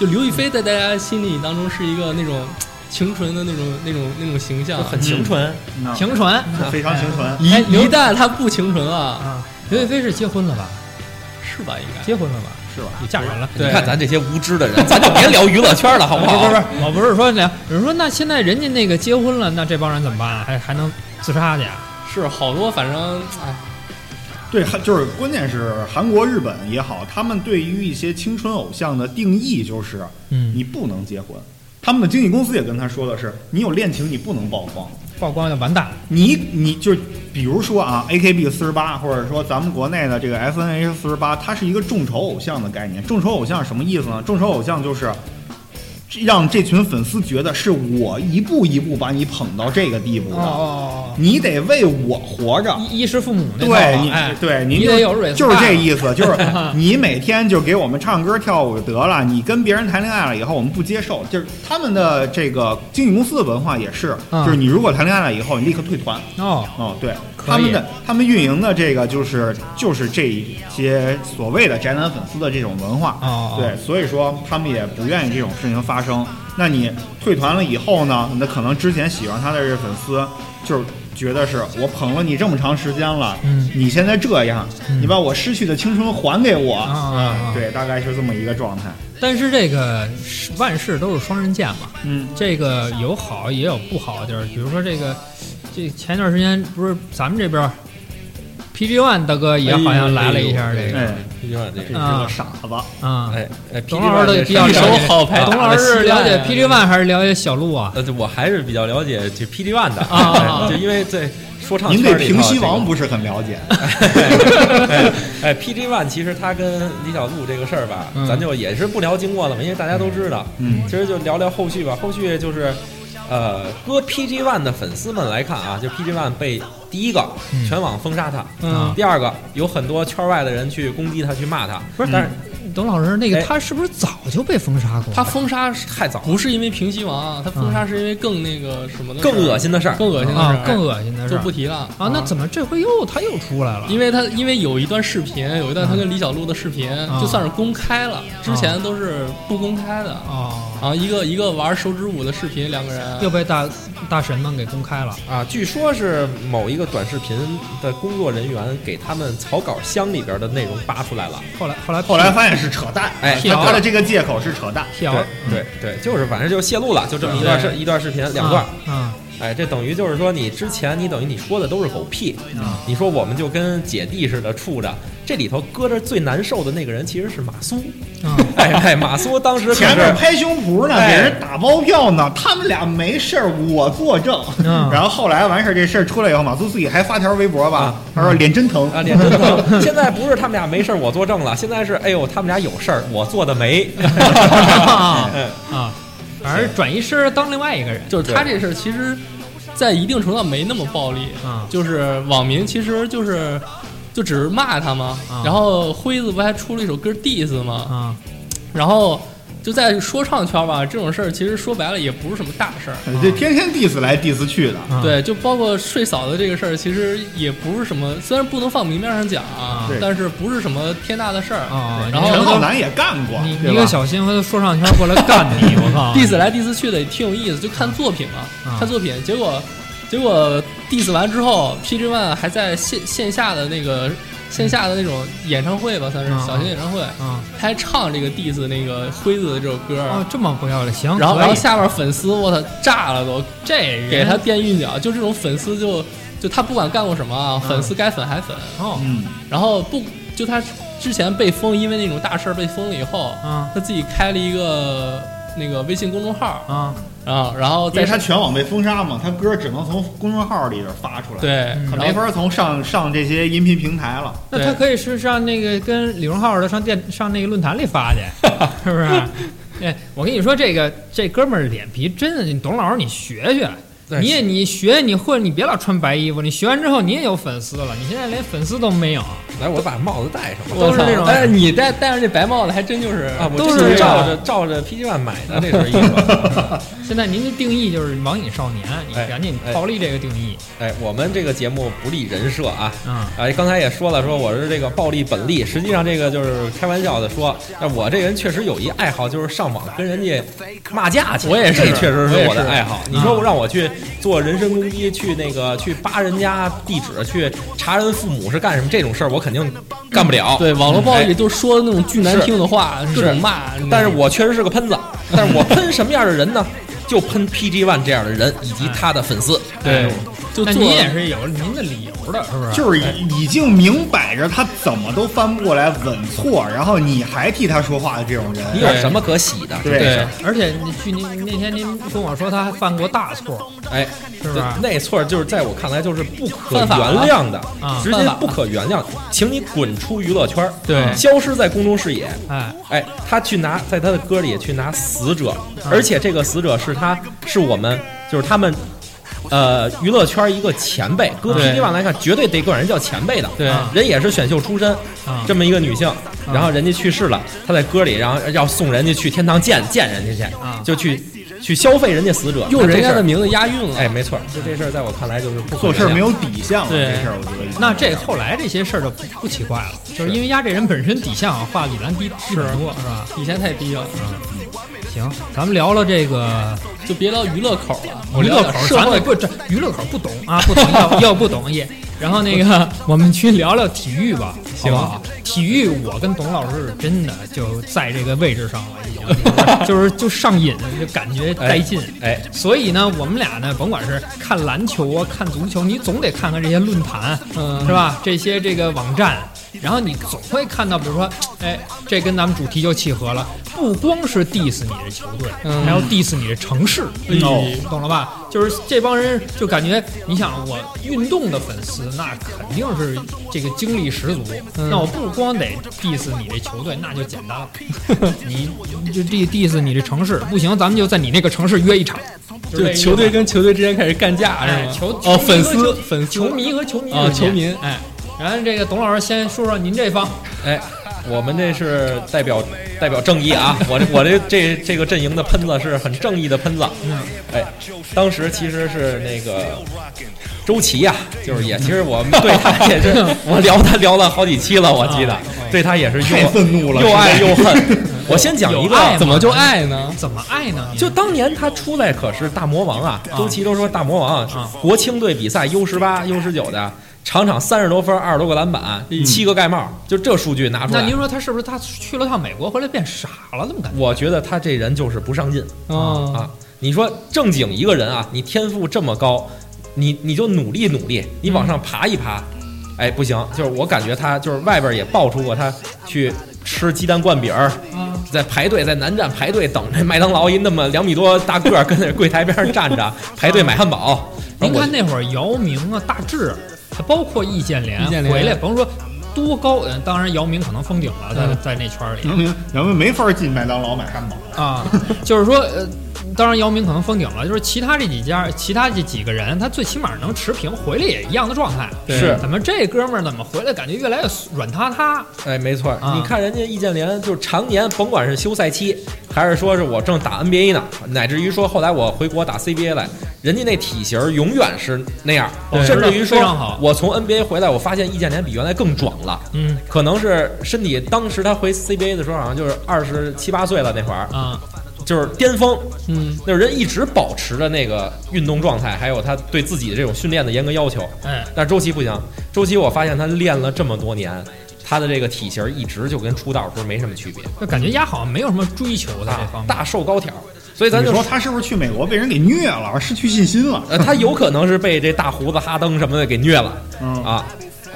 Speaker 5: 就刘亦菲在大家心里当中是一个那种清纯的那种那种那种形象
Speaker 3: 就，
Speaker 2: 嗯
Speaker 3: 很清纯，
Speaker 4: 那
Speaker 2: 晴传，
Speaker 4: 非常清纯。
Speaker 5: 一
Speaker 2: 哎刘
Speaker 5: 一旦她不清纯了，
Speaker 2: 啊，刘亦菲是结婚了吧？
Speaker 5: 是吧？应该
Speaker 2: 结婚了吧？
Speaker 4: 是吧？
Speaker 2: 也嫁人了。
Speaker 5: 对
Speaker 3: 你看咱这些无知的人，咱 [LAUGHS] 就别聊娱乐圈了，好不
Speaker 2: [LAUGHS] 不是
Speaker 3: 好？
Speaker 2: 不是，不是啊我不是说聊，有人说那现在人家那个结婚了，那这帮人怎么办啊？还还能自杀去啊？
Speaker 5: 是好多，反正哎，
Speaker 4: 对，还就是关键是韩国、日本也好，他们对于一些青春偶像的定义就是，
Speaker 2: 嗯
Speaker 4: 你不能结婚。他们的经纪公司也跟他说的是，你有恋情你不能曝光。
Speaker 2: 曝光就完蛋了。
Speaker 4: 你你就比如说啊，A K B 四十八，或者说咱们国内的这个 S N H 四十八，它是一个众筹偶像的概念。众筹偶像是什么意思呢？众筹偶像就是让这群粉丝觉得是我一步一步把你捧到这个地步的，
Speaker 2: 哦，
Speaker 4: 你得为我活着。
Speaker 2: 衣衣食父母那套
Speaker 4: 对，你
Speaker 2: 哎，
Speaker 4: 对，您
Speaker 2: 你
Speaker 4: 就
Speaker 2: 得有 respect
Speaker 4: 就是这意思，就是
Speaker 2: [LAUGHS]
Speaker 4: 你每天就给我们唱歌跳舞得了，你跟别人谈恋爱了以后，我们不接受，就是他们的这个经纪公司的文化也是，
Speaker 2: 嗯
Speaker 4: 就是你如果谈恋爱了以后，你立刻退团。
Speaker 2: 哦，
Speaker 4: 哦，对，
Speaker 2: 可以
Speaker 4: 他们的他们运营的这个就是就是这一些所谓的宅男粉丝的这种文化，
Speaker 2: 哦
Speaker 4: 对，所以说他们也不愿意这种事情发生。那你退团了以后呢？那可能之前喜欢他的这粉丝就是觉得是我捧了你这么长时间了，
Speaker 2: 嗯
Speaker 4: 你现在这样，你把我失去的青春还给我，
Speaker 2: 啊啊啊
Speaker 4: 对，大概是这么一个状态。
Speaker 2: 但是这个是万事都是双刃剑嘛，
Speaker 4: 嗯，
Speaker 2: 这个有好也有不好的地儿。比如说这个，这前段时间不是咱们这边儿 PG One 大哥也好像来了一下这个
Speaker 4: 哎，
Speaker 3: 有点这
Speaker 4: 这是
Speaker 3: 个，
Speaker 4: 个傻子，
Speaker 2: 啊。
Speaker 3: 哎哎，
Speaker 2: 董老师的比较
Speaker 5: 一
Speaker 2: 了
Speaker 5: 手
Speaker 2: 解啊
Speaker 5: 好牌
Speaker 2: 董
Speaker 5: 打
Speaker 2: 老
Speaker 5: 得
Speaker 2: 师是
Speaker 5: 稀
Speaker 2: 了
Speaker 5: 烂
Speaker 2: 解
Speaker 5: 啊
Speaker 2: PG One 还是了解小鹿啊？
Speaker 3: 呃，我还是比较了解这 PD One 的
Speaker 2: 啊啊啊
Speaker 3: 哎就因为在说唱
Speaker 4: 您
Speaker 3: 圈
Speaker 4: 对
Speaker 3: 里头啊
Speaker 4: 平西
Speaker 3: 这个
Speaker 4: 王不是很了解，
Speaker 2: [LAUGHS]
Speaker 3: 哎哎，PG One 其实他跟李小璐这个事儿吧，
Speaker 2: 嗯
Speaker 3: 咱就也是不聊经过了嘛，因为大家都知道。
Speaker 4: 嗯
Speaker 3: 其实就聊聊后续吧。后续就是，呃，搁 PG One 的粉丝们来看啊，就 PG One 被第一个
Speaker 2: 嗯
Speaker 3: 全网封杀他，啊
Speaker 2: 嗯
Speaker 3: 第二个有很多圈外的人去攻击他，去骂他，
Speaker 2: 不是
Speaker 3: 但是
Speaker 2: 董老师，那个
Speaker 3: 哎
Speaker 2: 他是不是早就被封杀过了？
Speaker 5: 她封杀是
Speaker 3: 太早了，
Speaker 5: 不是因为平西王，她封杀是因为更那个什么的事儿，
Speaker 3: 更恶心的事儿。
Speaker 5: 更恶心的事
Speaker 2: 啊
Speaker 5: 儿，，
Speaker 2: 嗯
Speaker 5: 哎
Speaker 2: 更恶心的是
Speaker 5: 就不提了
Speaker 2: 啊！那怎么这回又他又出来了？
Speaker 5: 因为他因为有一段视频，有一段他跟李小璐的视频，就算是公开了，之前都是不公开的。
Speaker 2: 哦，
Speaker 5: 啊，一个一个玩手指舞的视频，两个人
Speaker 2: 又被大大神们给公开了。
Speaker 3: 啊，据说是某一个短视频的工作人员给他们草稿箱里边的内容扒出来了。
Speaker 2: 后来后来
Speaker 4: 后来发现是扯
Speaker 2: [LAUGHS]
Speaker 4: 淡，
Speaker 3: 哎
Speaker 4: 他
Speaker 2: 啊
Speaker 4: 他的这个借口是扯淡。
Speaker 2: 辟谣
Speaker 3: 对对对，就是反正就泄露了，就这么一段视一段视频两段。
Speaker 2: 啊，嗯
Speaker 3: 哎，这等于就是说，你之前你等于你说的都是狗屁，
Speaker 2: 嗯
Speaker 3: 你说我们就跟姐弟似的处着，这里头搁着最难受的那个人其实是马苏，
Speaker 2: 啊，
Speaker 3: 哎哎，马苏当时可
Speaker 4: [LAUGHS] 前面
Speaker 3: 是
Speaker 4: 拍胸脯呢，给
Speaker 3: 哎
Speaker 4: 人打包票呢，他们俩没事儿，我作证。
Speaker 2: 嗯
Speaker 4: [LAUGHS] 然后后来完事儿这事儿出来以后，马苏自己还发条微博吧
Speaker 3: 啊，
Speaker 4: 他说脸真疼
Speaker 3: 啊，脸真疼。现在不是他们俩没事儿我作证了，现在是哎呦他们俩有事儿我做的媒，嗯
Speaker 2: 啊，反正转一身当另外一个人，
Speaker 5: 就是他
Speaker 3: 对
Speaker 5: 这事儿，其实，在一定程度上没那么暴力
Speaker 2: 啊
Speaker 5: 就是网民其实就是就只是骂他嘛。
Speaker 2: 啊
Speaker 5: 然后辉子不还出了一首歌 diss 吗？
Speaker 2: 啊，
Speaker 5: 然后就在说唱圈吧，这种事儿其实说白了也不是什么大事儿。
Speaker 4: [LAUGHS] 这天天 diss 来 diss 去的。
Speaker 2: 啊，
Speaker 5: 对，就包括睡嫂子这个事儿，其实也不是什么，虽然不能放明面上讲啊
Speaker 4: 对，
Speaker 5: 但是不是什么天大的事儿
Speaker 2: 嗯啊
Speaker 5: 然
Speaker 4: 陈浩
Speaker 5: 后
Speaker 4: 南也干过，
Speaker 2: 你
Speaker 4: 对
Speaker 2: 一
Speaker 4: 吧嗯
Speaker 2: 个小心，我就说唱圈过来干你，
Speaker 5: [LAUGHS]
Speaker 2: 我靠
Speaker 5: diss 来 diss 去的也挺有意思，就看作品嘛，
Speaker 2: 啊
Speaker 5: 看作品。结果结果 diss 完之后，PG One 还在线线下的那个线下的那种演唱会吧，算是
Speaker 2: 啊
Speaker 5: 小型演唱会，
Speaker 2: 啊，
Speaker 5: 他还唱这个 diss 那个辉子的这首歌。
Speaker 2: 哦，这么不要脸，行，
Speaker 5: 然后，
Speaker 2: 可以
Speaker 5: 然后下面粉丝，我操，炸了都！
Speaker 2: 这人
Speaker 5: 给他垫韵脚，就这种粉丝就就他不管干过什么啊，
Speaker 2: 嗯
Speaker 5: 粉丝该粉还粉，
Speaker 2: 哦，
Speaker 4: 嗯，
Speaker 5: 然后不就他之前被封，因为那种大事儿被封了以后，
Speaker 2: 嗯
Speaker 5: 他自己开了一个那个微信公众号，
Speaker 2: 啊，
Speaker 5: 啊，然后
Speaker 4: 因
Speaker 5: 在
Speaker 4: 为他全网被封杀嘛，他歌只能从公众号里边发出来，，
Speaker 5: 对，
Speaker 4: 可嗯
Speaker 5: 然
Speaker 4: 没
Speaker 5: 后
Speaker 4: 法从上上这些音频平台了。
Speaker 2: 那
Speaker 5: 对
Speaker 2: 他可以是上那个跟李荣浩似的上电上那个论坛里发
Speaker 5: [LAUGHS]
Speaker 2: 去，是不是？哎，我跟你说，这个这哥们儿脸皮真的，你董老师你学学，
Speaker 3: 对
Speaker 2: 你也你学你混，你别老穿白衣服，你学完之后你也有粉丝了，你现在连粉丝都没有，
Speaker 3: [LAUGHS] 来我把帽子戴上吧。
Speaker 2: 都是
Speaker 5: 我操
Speaker 2: 这种
Speaker 5: 哎，你戴戴上这白帽子还真就是
Speaker 3: 啊，我
Speaker 2: 都
Speaker 3: 这
Speaker 2: 是
Speaker 3: 是
Speaker 2: 这样
Speaker 3: 照着照着 PG One 买的这身衣服。
Speaker 2: 现在您的定义就是网瘾少年，你
Speaker 3: 哎
Speaker 2: 赶紧
Speaker 3: 哎
Speaker 2: 逃离这个定义
Speaker 3: 哎，我们这个节目不立人设啊。
Speaker 5: 嗯
Speaker 2: 啊！
Speaker 3: 哎，刚才也说了，说我是这个暴力本力，实际上这个就是开玩笑的说，那我这人确实有一爱好，就是上网跟人家骂架去。
Speaker 5: 我也是
Speaker 3: 这确实
Speaker 5: 我也
Speaker 3: 是
Speaker 5: 是
Speaker 3: 我的爱好。你说让我去做人身攻击，去那个去扒人家地址，去查人父母是干什么这种事儿，我肯定干不了。
Speaker 5: 嗯对网络暴
Speaker 3: 哎
Speaker 5: 力就说那种巨难
Speaker 3: 是
Speaker 5: 听的话，各
Speaker 3: 是
Speaker 5: 种骂，
Speaker 3: 但是我确实是个喷子，但是我喷什么样的人呢？就喷 PG One 这样的人以
Speaker 5: 哎
Speaker 3: 及他的粉丝。
Speaker 5: 对，就
Speaker 2: 那
Speaker 5: 做
Speaker 2: 您也是有您的理由的，是不是？
Speaker 4: 就是已已经明摆着他怎么都翻不过来稳错，然后你还替他说话的这种
Speaker 3: 你
Speaker 4: 人，
Speaker 3: 有什么可喜的？
Speaker 4: 对
Speaker 5: 对，
Speaker 2: 而且你去您那天您跟我说他还犯过大错，
Speaker 3: 哎，
Speaker 2: 是不是
Speaker 3: 就那错儿就是在我看来就是不可
Speaker 5: 犯法
Speaker 3: 原
Speaker 5: 了
Speaker 3: 谅的
Speaker 2: 啊，
Speaker 3: 直接
Speaker 5: 犯法了
Speaker 3: 不可原谅，请你滚出娱乐圈儿，啊
Speaker 5: 对
Speaker 3: 消失在公众视野。
Speaker 2: 哎，
Speaker 3: 哎，他去拿在他的歌里去拿死者，而且这个死者是他是我们就是他们。呃，娱乐圈一个前辈，搁
Speaker 5: 对
Speaker 3: PG One 来看，绝对得管人叫前辈的。啊
Speaker 5: 对
Speaker 3: 人也是选秀出身，
Speaker 2: 啊
Speaker 3: 这么一个女性，然后人家去世了，她在歌里，然后要送人家去天堂见见人家去，
Speaker 2: 啊
Speaker 3: 就去去消费人家死者，
Speaker 5: 用
Speaker 3: 那这
Speaker 5: 人家
Speaker 3: 事儿
Speaker 5: 的名字押韵了，
Speaker 3: 哎，没错儿，就这事儿在我看来就是不可
Speaker 4: 做事儿
Speaker 3: 原谅
Speaker 4: 没有底线了，
Speaker 5: 对
Speaker 4: 这事儿我觉得。
Speaker 2: 那这后来这些事儿就不不奇怪了，就是因为压这人本身底线好像画李兰低低很多，是吧？
Speaker 5: 底线太低了，
Speaker 2: 行，咱们聊了这个
Speaker 5: 就别聊娱乐口了，我
Speaker 2: 娱
Speaker 5: 聊
Speaker 2: 乐
Speaker 5: 点
Speaker 2: 口，
Speaker 5: 社
Speaker 2: 咱
Speaker 5: 会
Speaker 2: 们不这娱乐口不懂啊，不懂要 [LAUGHS] 要不懂也。然后那个，我们去聊聊体育吧，好不好？体育，我跟董老师真的就在这个位置上了，已经就是 [LAUGHS] 就上瘾，就感觉带劲。
Speaker 3: 哎，
Speaker 2: 所以呢，我们俩呢，甭管是看篮球啊，看足球，你总得看看这些论坛，
Speaker 5: 嗯
Speaker 2: 是吧？这些这个网站，然后你总会看到，比如说，哎，这跟咱们主题就契合了。不光是 diss 你的球队，
Speaker 5: 嗯
Speaker 2: 还要 diss 你的城市，哦
Speaker 5: 哎呦
Speaker 2: 懂了吧？就是这帮人就感觉，你想我运动的粉丝，那肯定是这个精力十足。
Speaker 5: 嗯
Speaker 2: 那我不光得 diss 你这球队，那就简单了。 [LAUGHS] 你你就 diss diss 你这城市，不行，咱们就在你那个城市约一场，
Speaker 5: 就是
Speaker 2: 这意思
Speaker 5: 球队跟球队之间开始干架是
Speaker 2: 哎
Speaker 5: 吗？
Speaker 2: 球球
Speaker 5: 哦，
Speaker 2: 迷
Speaker 5: 粉丝
Speaker 2: 和球
Speaker 5: 粉丝
Speaker 2: 球迷和球迷
Speaker 5: 啊
Speaker 2: 之间
Speaker 5: 球迷
Speaker 2: 哎。然后这个董老师先说说您这方，
Speaker 3: 哎，我们这是代表代表正义啊！我这我这这这个阵营的喷子是很正义的喷子。嗯，哎，当时其实是那个周琦呀、就是也其实我
Speaker 2: [LAUGHS]
Speaker 3: 们对他也是我聊他聊了好几期了，我记
Speaker 2: 啊
Speaker 3: 得对他也是又
Speaker 4: 太愤怒了
Speaker 3: 又爱
Speaker 4: 实在
Speaker 3: 又
Speaker 4: [LAUGHS]
Speaker 3: 恨。我先讲一
Speaker 2: 有爱
Speaker 3: 个
Speaker 2: 吗，
Speaker 5: 怎么就爱呢？
Speaker 2: 怎么爱呢？
Speaker 3: 就当年他出来可是大魔王啊，周琦都说大魔王
Speaker 2: 啊
Speaker 3: 国青队比赛 U 十八、U 十九的，场场三十多分，二十多个篮板，七个盖帽，就这数据拿出
Speaker 2: 嗯那
Speaker 3: 来
Speaker 2: 您。说他是不是他去了趟美国回来变傻了？怎么感觉？
Speaker 3: 我觉得他这人就是不上进
Speaker 5: 啊
Speaker 3: 啊！你说正经一个人啊，你天赋这么高，你你就努力努力，你往上爬一爬，哎，不行，就是我感觉他就是外边也爆出过他去吃鸡蛋灌饼儿，
Speaker 2: 啊，
Speaker 3: 在排队在南站排队等这麦当劳一那么两米多大个儿跟那柜台边上站着排队买汉堡，
Speaker 2: 您
Speaker 3: 然后我
Speaker 2: 看那会儿姚明啊、大志，还包括易建联
Speaker 5: 易建联
Speaker 2: 回来，甭说多高，呃当然姚明可能封顶了，在、
Speaker 5: 嗯
Speaker 2: 在那圈儿里。
Speaker 4: 姚明，姚明没法进麦当劳买汉堡。
Speaker 2: 啊， [LAUGHS] 就是说，呃，当然姚明可能封顶了，就是其他这几家，其他这几个人，他最起码能持平，回来也一样的状态。
Speaker 3: 对是
Speaker 2: 怎么这哥们儿怎么回来感觉越来越软塌塌？
Speaker 3: 哎，没错儿，
Speaker 2: 啊
Speaker 3: 你看人家易建联，就是常年甭管是休赛期，还是说是我正打 NBA 呢，乃至于说后来我回国打 CBA 来，人家那体型儿永远是那样
Speaker 2: 对，
Speaker 3: 甚至于说
Speaker 2: 非常好
Speaker 3: 我从 NBA 回来，我发现易建联比原来更壮了。
Speaker 2: 嗯
Speaker 3: 可能是身体，当时他回 CBA 的时候，好像就是二十七八岁了，那会儿
Speaker 2: 啊，
Speaker 3: 就是巅峰，
Speaker 5: 嗯，
Speaker 3: 那人一直保持着那个运动状态，还有他对自己的这种训练的严格要求。
Speaker 2: 哎，
Speaker 3: 但是周琦不行，周琦我发现他练了这么多年，他的这个体型一直就跟出道时候没什么区别，
Speaker 2: 就感觉丫好像没有什么追求在这
Speaker 3: 啊
Speaker 2: 方，面。
Speaker 3: 大瘦高挑，所以咱
Speaker 4: 你
Speaker 3: 就
Speaker 4: 说。他是不是去美国被人给虐了，失去信心了？
Speaker 3: 呃，他有可能是被这大胡子哈登什么的给虐了
Speaker 4: 嗯，
Speaker 3: 啊！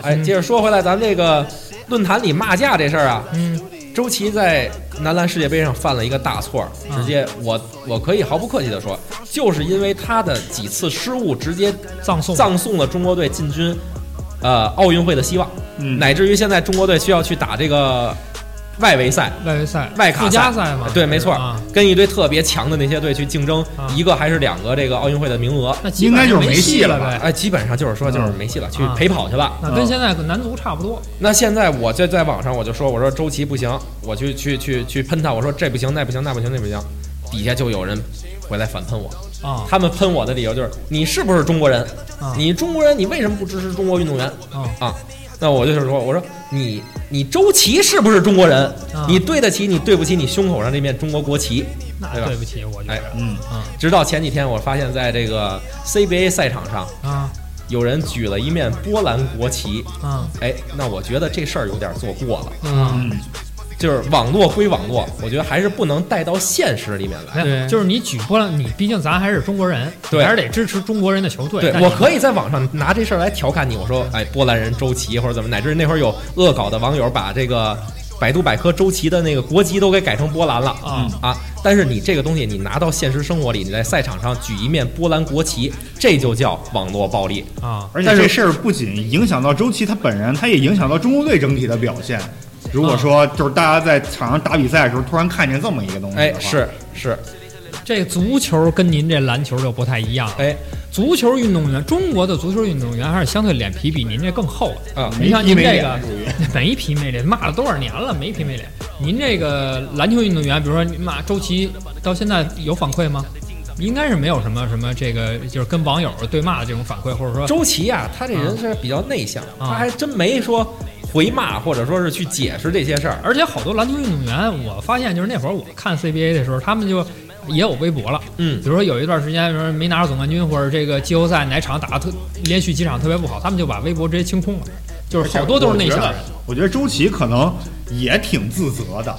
Speaker 3: 哎，接着说回来，咱这个论坛里骂架这事儿啊，
Speaker 2: 嗯，
Speaker 3: 周琦在男篮世界杯上犯了一个大错儿，直接
Speaker 2: 嗯
Speaker 3: 我我可以毫不客气的说，就是因为他的几次失误，直接
Speaker 2: 葬送
Speaker 3: 葬送了中国队进军呃奥运会的希望，
Speaker 4: 嗯，
Speaker 3: 乃至于现在中国队需要去打这个外围赛。
Speaker 2: 外围赛、
Speaker 3: 外卡
Speaker 2: 附加赛嘛，
Speaker 3: 对，没错
Speaker 2: 啊，，
Speaker 3: 跟一堆特别强的那些队去竞争
Speaker 2: 啊
Speaker 3: 一个还是两个这个奥运会的名额，
Speaker 2: 那基本上
Speaker 4: 应该就是
Speaker 2: 没
Speaker 4: 没戏
Speaker 2: 了
Speaker 4: 了吧
Speaker 2: 呗。
Speaker 3: 哎，基本上就是说就是
Speaker 4: 嗯
Speaker 3: 没戏了，去
Speaker 2: 啊
Speaker 3: 陪跑去了。
Speaker 2: 那跟现在男足差不多，
Speaker 3: 那现在我就在网上我就说，我说周琦不行，我去去去去喷他，我说这不行，那不行，那不行，那不行，底下就有人回来反喷我。
Speaker 2: 啊
Speaker 3: 他们喷我的理由就是你是不是中国人？
Speaker 2: 啊
Speaker 3: 你中国人，你为什么不支持中国运动员
Speaker 2: 啊
Speaker 3: 啊？那我就是说，我说你你周琦是不是中国人
Speaker 2: 啊？
Speaker 3: 你对得起你对不起你胸口上这面中国国旗？
Speaker 2: 那
Speaker 3: 对吧哎
Speaker 2: 对不起，我觉得
Speaker 4: 嗯，
Speaker 3: 直到前几天，我发现在这个 CBA 赛场上，
Speaker 2: 啊
Speaker 3: 有人举了一面波兰国旗。
Speaker 2: 啊
Speaker 3: 哎，那我觉得这事儿有点做过了。
Speaker 2: 嗯。
Speaker 4: 嗯，
Speaker 3: 就是网络归网络，我觉得还是不能带到现实里面来。
Speaker 2: 没有，
Speaker 5: 对
Speaker 2: 就是你举波兰，你毕竟咱还是中国人，
Speaker 3: 对
Speaker 2: 还是得支持中国人的球队。
Speaker 3: 对
Speaker 2: 但
Speaker 3: 我
Speaker 2: 你
Speaker 3: 可以在网上拿这事儿来调侃你，我说，哎，波兰人周琦或者怎么，乃至那会儿有恶搞的网友把这个百度百科周琦的那个国籍都给改成波兰了
Speaker 2: 啊
Speaker 3: 啊！但是你这个东西，你拿到现实生活里，你在赛场上举一面波兰国旗，这就叫网络暴力。
Speaker 2: 啊，
Speaker 4: 而且
Speaker 3: 但是
Speaker 4: 这事儿不仅影响到周琦他本人，他也影响到中国队整体的表现。如
Speaker 3: 啊
Speaker 4: 果说就是大家在场上打比赛的时候，突然看见这么一个东西，
Speaker 3: 哎，，是是，
Speaker 2: 这足球跟您这篮球就不太一样。
Speaker 3: 哎
Speaker 2: 足球运动员，中国的足球运动员还是相对脸皮比您这更厚的。
Speaker 3: 啊，
Speaker 2: 你像您
Speaker 4: 没皮没
Speaker 2: 这个
Speaker 4: 脸属于
Speaker 2: [LAUGHS] 没皮没脸，骂了多少年了，没皮没脸。您这个篮球运动员，比如说你骂周琦，到现在有反馈吗？应该是没有什么什么这个，就是跟网友对骂的这种反馈，或者说
Speaker 3: 周琦啊，他这人是比较内向，
Speaker 2: 啊
Speaker 3: 他还真没说回骂或者说是去解释这些事儿。
Speaker 2: 而且好多篮球运动员，我发现就是那会儿我看 CBA 的时候，他们就也有微博了。
Speaker 3: 嗯
Speaker 2: 比如说有一段时间，比如说没拿着总冠军，或者这个季后赛哪场打得特连续几场特别不好，他们就把微博直接清空了。就是好多都是内向人。
Speaker 4: 我觉得周琦可能也挺自责的，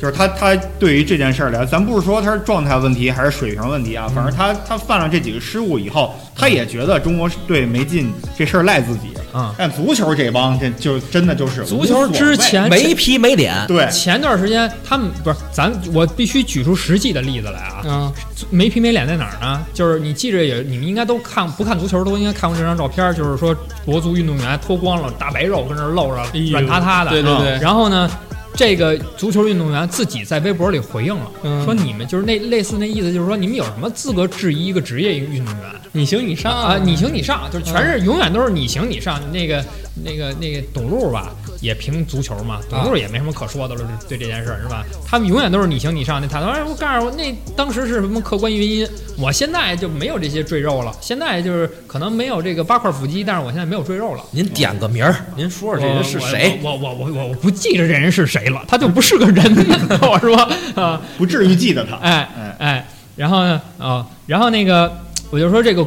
Speaker 4: 就是他他对于这件事儿来，咱不是说他是状态问题还是水平问题啊，反
Speaker 2: 嗯
Speaker 4: 正他他犯了这几个失误以后，他也觉得中国队没进这事儿赖自己。
Speaker 2: 嗯
Speaker 4: 但足球这帮这就真的就是
Speaker 2: 足球之前
Speaker 3: 没皮没脸，
Speaker 4: 对
Speaker 2: 前段时间他们不是咱，我必须举出实际的例子来啊。
Speaker 5: 嗯，
Speaker 2: 没皮没脸在哪儿呢？就是你记着也，你们应该都看不看足球都应该看过这张照片儿，就是说国足运动员脱光了，大白肉跟那儿露着，软塌塌的。
Speaker 5: 哎对对对，
Speaker 2: 然后呢，这个足球运动员自己在微博里回应了，
Speaker 5: 嗯
Speaker 2: 说你们就是那类似那意思，就是说你们有什么资格质疑一个职业运动员
Speaker 5: 你行你上
Speaker 2: 啊？你行你上，
Speaker 3: 嗯
Speaker 2: 就是全是永远都是你行你上。那个那个那个董路吧，也评足球嘛，
Speaker 3: 啊
Speaker 2: 董路也没什么可说的了，对这件事儿是吧？他们永远都是你行你上。那他说，哎，我告诉我，那当时是什么客观原因？我现在就没有这些赘肉了，现在就是可能没有这个八块腹肌，但是我现在没有赘肉了。
Speaker 3: 您点个名儿，您说说这人是谁？
Speaker 2: 我我我我我不记着这人是谁了，他就不是个人， [LAUGHS] 我说啊，
Speaker 4: 不至于记得他。
Speaker 2: 哎
Speaker 4: 哎
Speaker 2: 哎，然后呢啊、然后那个我就说这个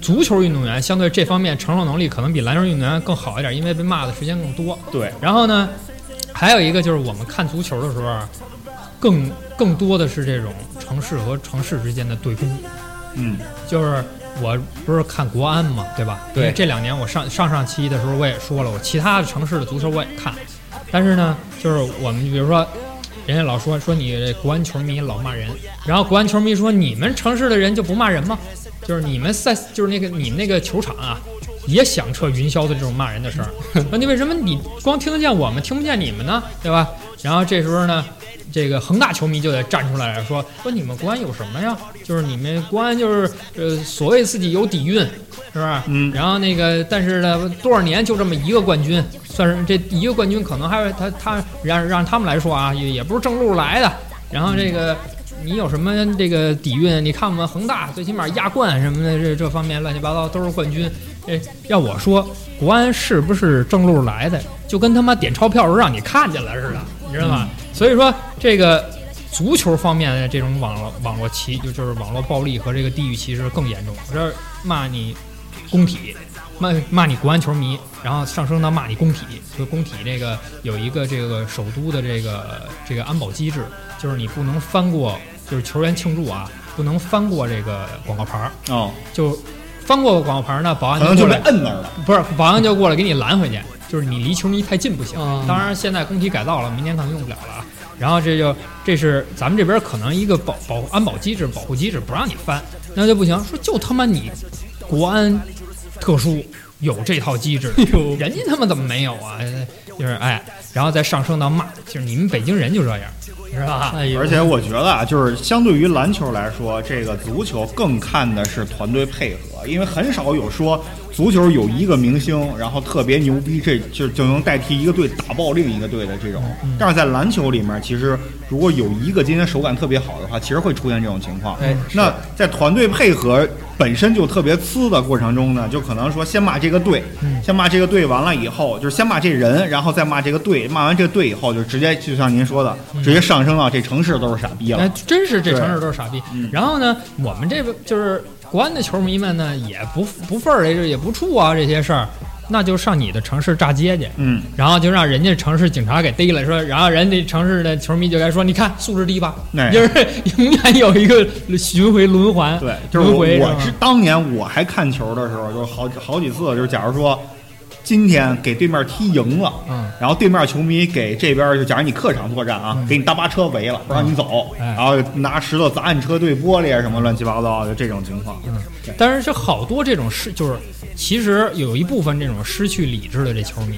Speaker 2: 足球运动员相对这方面承受能力可能比篮球运动员更好一点，因为被骂的时间更多。
Speaker 4: 对，
Speaker 2: 然后呢，还有一个就是我们看足球的时候，啊更更多的是这种城市和城市之间的对攻。
Speaker 4: 嗯，
Speaker 2: 就是我不是看国安嘛，对吧？
Speaker 3: 对
Speaker 2: 因为这两年我上上上期的时候我也说了，我其他的城市的足球我也看，但是呢，就是我们比如说，人家老说说你这国安球迷老骂人，然后国安球迷说你们城市的人就不骂人吗？就是你们赛就是那个你们那个球场啊。也响彻云霄的这种骂人的事儿，那你为什么你光听得见我们，听不见你们呢？对吧？然后这时候呢，这个恒大球迷就得站出来说说你们国安有什么呀？就是你们国安就是呃所谓自己有底蕴，是吧？
Speaker 4: 嗯
Speaker 2: 然后那个但是呢，多少年就这么一个冠军，算是这一个冠军可能还有他他让让他们来说啊，也也不是正路来的。然后这个。你有什么这个底蕴？你看我们恒大最起码亚冠什么的，这这方面乱七八糟都是冠军。哎，要我说，国安是不是正路来的，就跟他妈点钞票时候让你看见了似的，你知道吧？所以说，这个足球方面的这种网络网络歧，就就是网络暴力和这个地域歧视更严重。我这儿骂你工体，骂骂你国安球迷，然后上升到骂你工体，就工体这个有一个这个首都的这个这个安保机制，就是你不能翻过，就是球员庆祝啊，不能翻过这个广告牌儿，
Speaker 4: 哦，
Speaker 2: 就翻过广告牌儿呢，保安
Speaker 4: 可
Speaker 2: 就
Speaker 4: 能就
Speaker 2: 过
Speaker 4: 被
Speaker 2: 来
Speaker 4: 摁那儿了。
Speaker 2: 不是保安就过来给你拦回去，就是你离球迷太近不行。
Speaker 5: 嗯
Speaker 2: 当然，现在工体改造了，明年可能用不了了啊。然后这就这是咱们这边可能一个保保安保机制、保护机制，不让你翻，那就不行。说就他妈你国安特殊有这套机
Speaker 5: [LAUGHS]
Speaker 2: 制，
Speaker 5: 哎
Speaker 2: 人家他妈怎么没有啊？就是哎，然后再上升到骂，就是你们北京人就这样，你知道吧？
Speaker 5: 哎呦，
Speaker 4: 而且我觉得啊，就是相对于篮球来说，这个足球更看的是团队配合，因为很少有说足球有一个明星，然后特别牛逼，这就就能代替一个队打爆另一个队的这种。但是在篮球里面，其实如果有一个今天手感特别好的话，其实会出现这种情况。
Speaker 3: 哎是
Speaker 4: 那在团队配合本身就特别呲的过程中呢，就可能说先骂这个队，
Speaker 3: 嗯
Speaker 4: 先骂这个队，完了以后就是先骂这人，然后再骂这个队，骂完这个队以后，就直接就像您说的，
Speaker 3: 嗯
Speaker 4: 直接上升到这城市都是傻逼
Speaker 2: 哎
Speaker 4: 了。，
Speaker 2: 真是这城市都是傻逼。
Speaker 4: 嗯
Speaker 2: 然后呢，我们这边就是国安的球迷们呢，也不不忿儿，也不怵啊这些事儿，那就上你的城市炸街去。
Speaker 4: 嗯，
Speaker 2: 然后就让人家城市警察给逮了，说，然后人家城市的球迷就该说，你看素质低吧，
Speaker 4: 哎
Speaker 2: 就是 [LAUGHS] 永远有一个巡回轮环， [LAUGHS]
Speaker 4: 对，就是
Speaker 2: 轮回
Speaker 4: 我
Speaker 2: 吧
Speaker 4: 我之当年我还看球的时候，就是好好几次，就是假如说。今天给对面踢赢了，
Speaker 2: 嗯
Speaker 4: 然后对面球迷给这边就假如你客场作战啊，给你大巴车围了，不让你走，
Speaker 2: 哎
Speaker 4: 然后拿石头砸你车队玻璃啊什么乱七八糟的就这种情况。
Speaker 2: 嗯但是这好多这种失，就是其实有一部分这种失去理智的这球迷，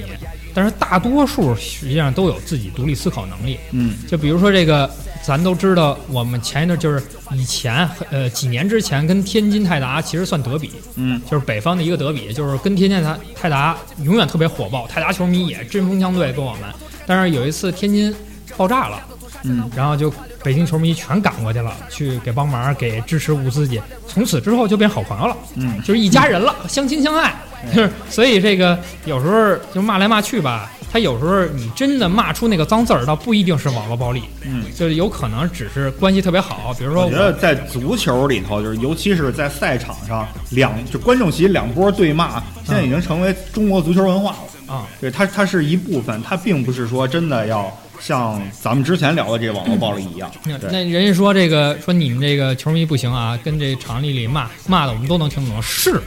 Speaker 2: 但是大多数实际上都有自己独立思考能力。
Speaker 4: 嗯，
Speaker 2: 就比如说这个，咱都知道，我们前一段就是以前呃几年之前跟天津泰达其实算德比，
Speaker 4: 嗯，
Speaker 2: 就是北方的一个德比，就是跟天津泰达泰达永远特别火爆，泰达球迷也针锋相对跟我们。但是有一次天津爆炸了，
Speaker 4: 嗯，
Speaker 2: 然后就北京球迷全赶过去了，去给帮忙，给支持五自己。从此之后就变好朋友了，
Speaker 4: 嗯哎
Speaker 2: 就是一家人了，相亲相爱。就是所以这个有时候就骂来骂去吧，他有时候你真的骂出那个脏字儿，倒不一定是网络暴力，
Speaker 4: 嗯，
Speaker 2: 就是有可能只是关系特别好，比如说
Speaker 4: 我觉得在足球里头，就是尤其是在赛场上，两就观众席两波对骂，现在已经成为中国足球文化了。
Speaker 2: 啊、
Speaker 4: 对它，它是一部分，它并不是说真的要像咱们之前聊的这网络暴力一样。
Speaker 2: 嗯那
Speaker 4: 对，
Speaker 2: 那人家说这个说你们这个球迷不行啊，跟这场里里骂骂的我们都能听懂，是。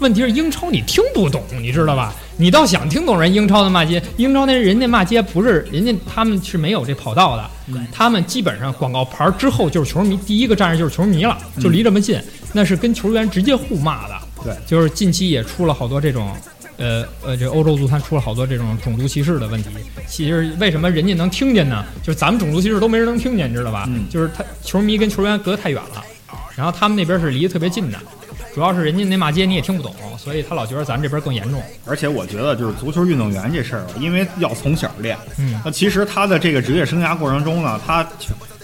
Speaker 2: 问题是英超你听不懂，你知道吧？你倒想听懂人英超的骂街，英超那人家骂街不是人家他们是没有这跑道的，他们基本上广告牌儿之后就是球迷第一个站着就是球迷了，就离这么近，那是跟球员直接互骂的。
Speaker 4: 对
Speaker 2: 就是近期也出了好多这种，呃呃，这欧洲足坛出了好多这种种族歧视的问题。其实为什么人家能听见呢？就是咱们种族歧视都没人能听见，你知道吧？
Speaker 4: 嗯
Speaker 2: 就是他球迷跟球员隔太远了，然后他们那边是离得特别近的，主要是人家那骂街你也听不懂，所以他老觉得咱们这边更严重。
Speaker 4: 而且我觉得就是足球运动员这事儿吧，啊因为要从小练。
Speaker 2: 嗯
Speaker 4: 那其实他的这个职业生涯过程中呢，他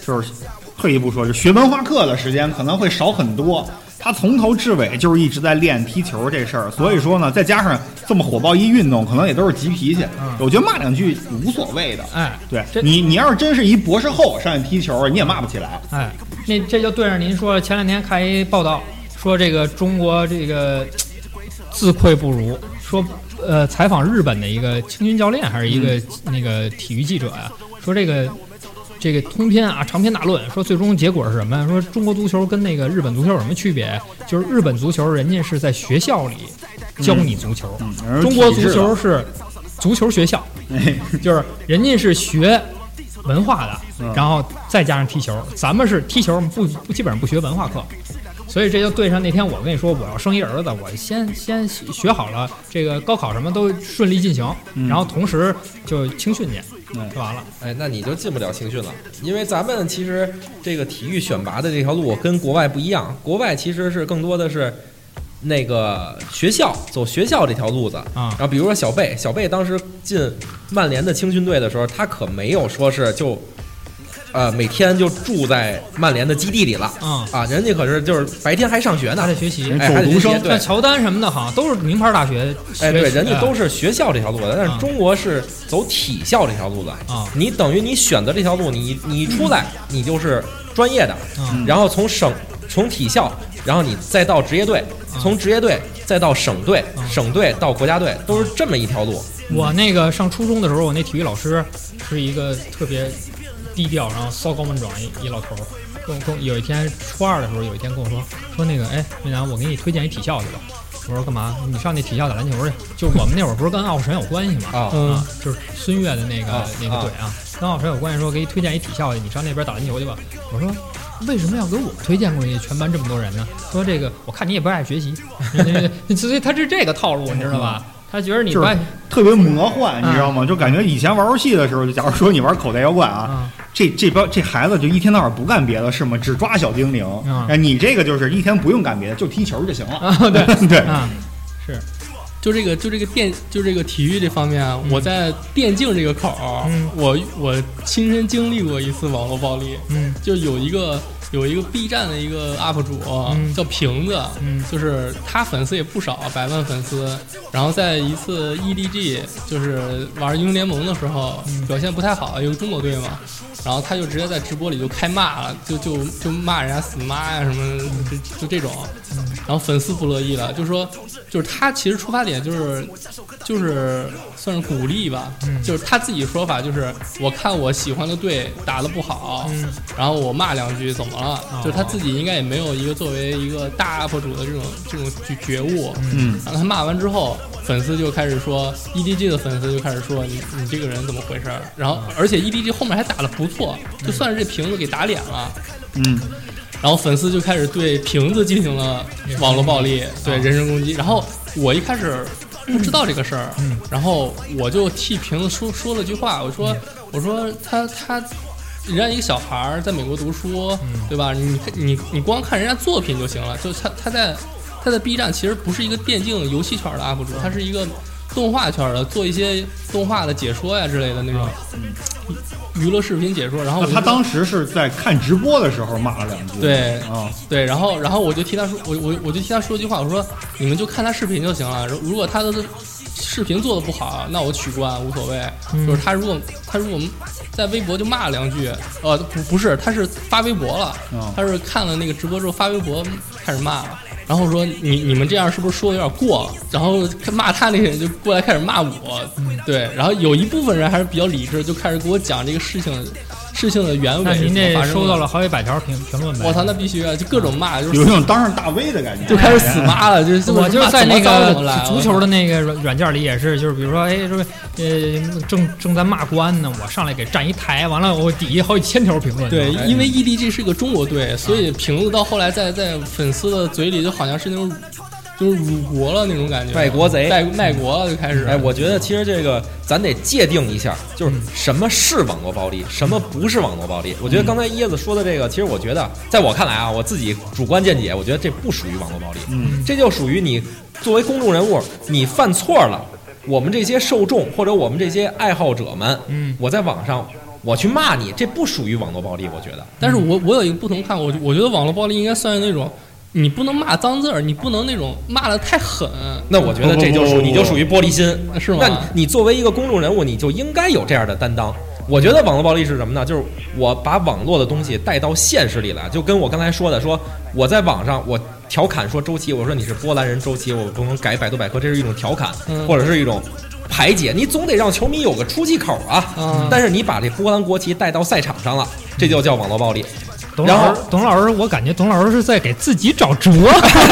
Speaker 4: 就是退一步说，就学文化课的时间可能会少很多。他从头至尾就是一直在练踢球这事儿，所以说呢，再加上这么火爆一运动，可能也都是急脾气。我觉得骂两句无所谓的。
Speaker 2: 嗯哎，
Speaker 4: 对
Speaker 2: 这
Speaker 4: 你，你要是真是一博士后上去踢球，你也骂不起来。
Speaker 2: 哎，那这就对上您说了，前两天看一报道说这个中国这个自愧不如，说呃
Speaker 4: 嗯
Speaker 2: 啊采访日本的一个青训教练还是一个、那个体育记者呀、说这个这个通篇啊长篇大论，说最终结果是什么？说中国足球跟那个日本足球有什么区别？就是日本足球人家是在学校里教你足球，
Speaker 4: 嗯而
Speaker 2: 中国足
Speaker 4: 体制
Speaker 2: 球
Speaker 4: 的
Speaker 2: 是足球学校，
Speaker 4: 哎
Speaker 2: 就是人家是学文化的
Speaker 4: 嗯，
Speaker 2: 然后再加上踢球，咱们是踢球不不基本上不学文化课，所以这就对上那天我跟你说我要生一儿子，我先先学好了这个高考什么都顺利进行，然后同时就青训去，就完了。
Speaker 3: 哎，那你就进不了青训了，因为咱们其实这个体育选拔的这条路跟国外不一样，国外其实是更多的是那个学校走学校这条路子
Speaker 2: 啊
Speaker 3: 然后比如说小贝，小贝当时进曼联的青训队的时候，他可没有说是就。呃，每天就住在曼联的基地里了
Speaker 2: 啊
Speaker 3: 啊！人家可是就是白天还上学呢，
Speaker 2: 还得学习
Speaker 3: 哎，还得学
Speaker 4: 走
Speaker 3: 习
Speaker 4: 读生
Speaker 3: 对
Speaker 2: 像，乔丹什么的，好像都是名牌大学，
Speaker 3: 哎，对，
Speaker 2: 学
Speaker 3: 人家都
Speaker 2: 哎
Speaker 3: 是学校这条路的，但是
Speaker 2: 啊
Speaker 3: 中国是走体校这条路的。
Speaker 2: 啊
Speaker 3: 你等于你选择这条路，你你一出来你就是专业的，
Speaker 2: 嗯
Speaker 3: 然后从省从体校，然后你再到职业队，
Speaker 2: 啊
Speaker 3: 从职业队再到省队，省队到国家队，都是这么一条路。
Speaker 2: 我那个上初中的时候，我那体育老师是一个特别低调，然后骚高闷壮一一老头儿。跟我跟我有一天初二的时候，有一天跟我说说那个，哎，魏楠，我给你推荐一体校去吧。我说干嘛？你上那体校打篮球去？就我们那会儿不是跟奥神有关系嘛？
Speaker 3: 啊
Speaker 2: 嗯，就是孙悦的那个、
Speaker 3: 啊
Speaker 2: 那个队啊，跟奥神有关系，说给你推荐一体校去，你上那边打篮球去吧。我说为什么要给我推荐过去？全班这么多人呢？说这个，我看你也不爱学习， [LAUGHS] 所以他是这个套路，你知道吧？他觉得你
Speaker 4: 就
Speaker 2: 不爱
Speaker 4: 是特别魔幻，
Speaker 3: 嗯
Speaker 4: 你知道吗？就感觉以前玩游戏的时候，就假如说你玩口袋妖怪啊
Speaker 3: 嗯
Speaker 2: 啊，
Speaker 4: 这这帮这孩子就一天到晚不干别的，是吗？只抓小精灵
Speaker 2: 啊。
Speaker 3: 嗯
Speaker 4: 哎，你这个就是一天不用干别的，就踢球就行了。
Speaker 2: 啊，对
Speaker 4: [LAUGHS] 对，
Speaker 3: 嗯
Speaker 2: 啊，
Speaker 5: 就这个就这个电就这个体育这方面啊，我在电竞这个口儿，啊
Speaker 2: 嗯
Speaker 5: 我我亲身经历过一次网络暴力。
Speaker 2: 嗯
Speaker 5: 就有一个有一个 B 站的一个 UP 主、啊
Speaker 2: 嗯
Speaker 5: 叫瓶子，
Speaker 2: 嗯
Speaker 5: 就是他粉丝也不少，百万粉丝。然后在一次 EDG 就是玩英雄联盟的时候，
Speaker 2: 嗯
Speaker 5: 表现不太好，有个中国队嘛，然后他就直接在直播里就开骂了，就就就骂人家死妈呀什么的，就就这种。然后粉丝不乐意了，就说就是他其实出发点就是就是算是鼓励吧，就是他自己说法就是我看我喜欢的队打得不好，
Speaker 2: 嗯
Speaker 5: 然后我骂两句怎么了？就是他自己应该也没有一个作为一个大 UP 主的这种这种觉觉悟，
Speaker 4: 嗯，
Speaker 5: 然后他骂完之后，粉丝就开始说 EDG 的粉丝就开始说你你这个人怎么回事儿？然后而且 EDG 后面还打得不错，就算是这瓶子给打脸了。
Speaker 4: 嗯，
Speaker 5: 然后粉丝就开始对瓶子进行了网络暴力，
Speaker 4: 啊
Speaker 5: 对人身攻击。然后我一开始不知道这个事儿，
Speaker 4: 嗯
Speaker 5: 然后我就替瓶子说说了句话，我说我说他他。人家一个小孩儿在美国读书，
Speaker 4: 嗯
Speaker 5: 对吧？你你你光看人家作品就行了。就他他在他在 B 站其实不是一个电竞游戏圈的 UP 主，他是一个动画圈的，做一些动画的解说呀之类的那种娱乐视频解说。然后
Speaker 4: 啊那
Speaker 5: 我
Speaker 4: 他
Speaker 5: 就
Speaker 4: 当时是在看直播的时候骂了两句。
Speaker 5: 对
Speaker 4: 啊，
Speaker 5: 对，然后然后我就替他说，我我我就替他说一句话，我说你们就看他视频就行了。如如果他的视频做的不好，那我取关无所谓。
Speaker 2: 嗯
Speaker 5: 就是他如果他如果在微博就骂两句，呃，不不是，他是发微博了，
Speaker 4: 嗯
Speaker 5: 他是看了那个直播之后发微博开始骂了。然后说你你们这样是不是说的有点过了？然后骂他那些人就过来开始骂我，
Speaker 2: 嗯
Speaker 5: 对，然后有一部分人还是比较理智，就开始给我讲这个事情事情的原委
Speaker 2: 那
Speaker 5: 是
Speaker 2: 您
Speaker 5: 怎么
Speaker 2: 这
Speaker 5: 发生的。
Speaker 2: 收到了好几百条评评论呗？
Speaker 5: 我操，那必须啊！就各种骂，就是
Speaker 4: 有一种当上大 V 的感觉。
Speaker 5: [LAUGHS] 就开始死骂了，就是
Speaker 2: 我就是在那个足球
Speaker 5: 的
Speaker 2: 的那个软软件里也是，就是比如说，哎，说呃正正在骂国安呢，我上来给站一台，完了我底下好几千条评论。哎
Speaker 5: 对，因为 EDG 是个中国队，所以瓶子到后来在在粉丝的嘴里就好像是那种就是辱国了那种感觉，
Speaker 3: 卖国贼
Speaker 5: 卖卖国了就开始。
Speaker 3: 哎，我觉得其实这个咱得界定一下，就是什么是网络暴力，什么不是网络暴力。我觉得刚才椰子说的这个，其实我觉得，在我看来啊，我自己主观见解，我觉得这不属于网络暴力，
Speaker 4: 嗯，
Speaker 3: 这就属于你作为公众人物，你犯错了，我们这些受众或者我们这些爱好者们，
Speaker 2: 嗯
Speaker 3: 我在网上我去骂你，这不属于网络暴力，我觉得。
Speaker 5: 但是我我有一个不同看法，我我觉得网络暴力应该算是那种。你不能骂脏字儿，你不能那种骂的太狠。
Speaker 3: 那我觉得这就
Speaker 4: 不不啊
Speaker 3: 属
Speaker 4: 不
Speaker 3: 你就属于玻璃心，
Speaker 5: 是吗
Speaker 3: 那你你作为一个公众人物，你就应该有这样的担当。我觉得网络暴力是什么呢？就是我把网络的东西带到现实里来，就跟我刚才说的，说我在网上我调侃说周琦，我说你是波兰人周琦，我不能改百度百科，这是一种调侃
Speaker 5: 嗯，
Speaker 3: 或者是一种排解，你总得让球迷有个出气口啊。
Speaker 2: 嗯
Speaker 3: 但是你把这波兰国旗带到赛场上了，这就叫网络暴力。
Speaker 2: 董
Speaker 3: 然
Speaker 2: 老
Speaker 3: 后
Speaker 2: 师，董老师，我感觉董老师是在给自己找辙，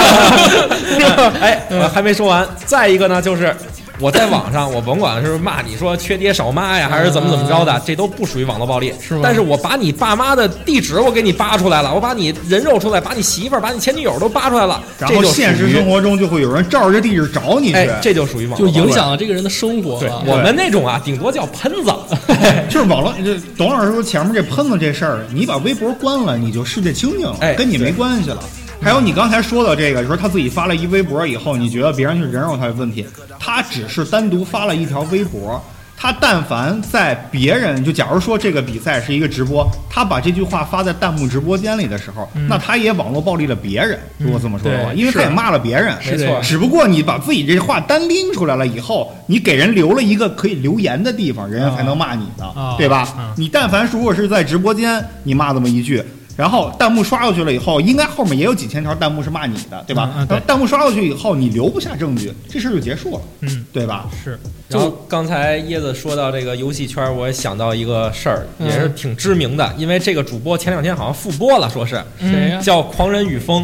Speaker 4: [LAUGHS]
Speaker 3: 哎，我还没说完。再一个呢，就是我在网上，我甭管是骂你说缺爹少妈呀，还是怎么怎么着
Speaker 4: 嗯
Speaker 3: 的，这都不属于网络暴力。
Speaker 5: 是吗
Speaker 3: 但是我把你爸妈的地址我给你扒出来了，我把你人肉出来，把你媳妇儿、把你前女友都扒出来了，
Speaker 4: 然后
Speaker 3: 这就属于
Speaker 4: 现实生活中就会有人照着这地址找你去，
Speaker 3: 哎，这就属于网
Speaker 5: 就
Speaker 3: 络暴力
Speaker 5: 影。响了这个人的生活
Speaker 3: 对
Speaker 5: 了。
Speaker 3: 我们那种啊，顶多叫喷
Speaker 4: [LAUGHS]
Speaker 3: 子。哎
Speaker 4: 就是网络。这董老师说前面这喷子这事儿，你把微博关了，你就世界清净了，
Speaker 3: 哎
Speaker 4: 跟你没关系了。还有你刚才说到这个，说他自己发了一微博以后，你觉得别人去人肉他的问题，他只是单独发了一条微博。他但凡在别人就假如说这个比赛是一个直播，他把这句话发在弹幕直播间里的时候，那他也网络暴力了别人。如果这么说的话，
Speaker 5: 对
Speaker 4: 因为他也
Speaker 5: 是
Speaker 4: 骂了别人，
Speaker 3: 没错
Speaker 4: 只不过你把自己这话单拎出来了以后，你给人留了一个可以留言的地方，人家才能骂你呢，
Speaker 2: 啊
Speaker 4: 对吧？
Speaker 2: 嗯
Speaker 4: 你但凡如果是在直播间，你骂这么一句。然后弹幕刷过去了以后，应该后面也有几千条弹幕是骂你的，对吧？
Speaker 2: 嗯嗯对
Speaker 4: 然后弹幕刷过去以后，你留不下证据，这事儿就结束了，
Speaker 2: 嗯，
Speaker 4: 对吧？
Speaker 2: 是，
Speaker 3: 然后刚才椰子说到这个游戏圈，我也想到一个事儿，
Speaker 5: 嗯
Speaker 3: 也是挺知名的，因为这个主播前两天好像复播了，说是
Speaker 4: 嗯
Speaker 5: 谁哎呀？
Speaker 3: 叫《狂人与风》，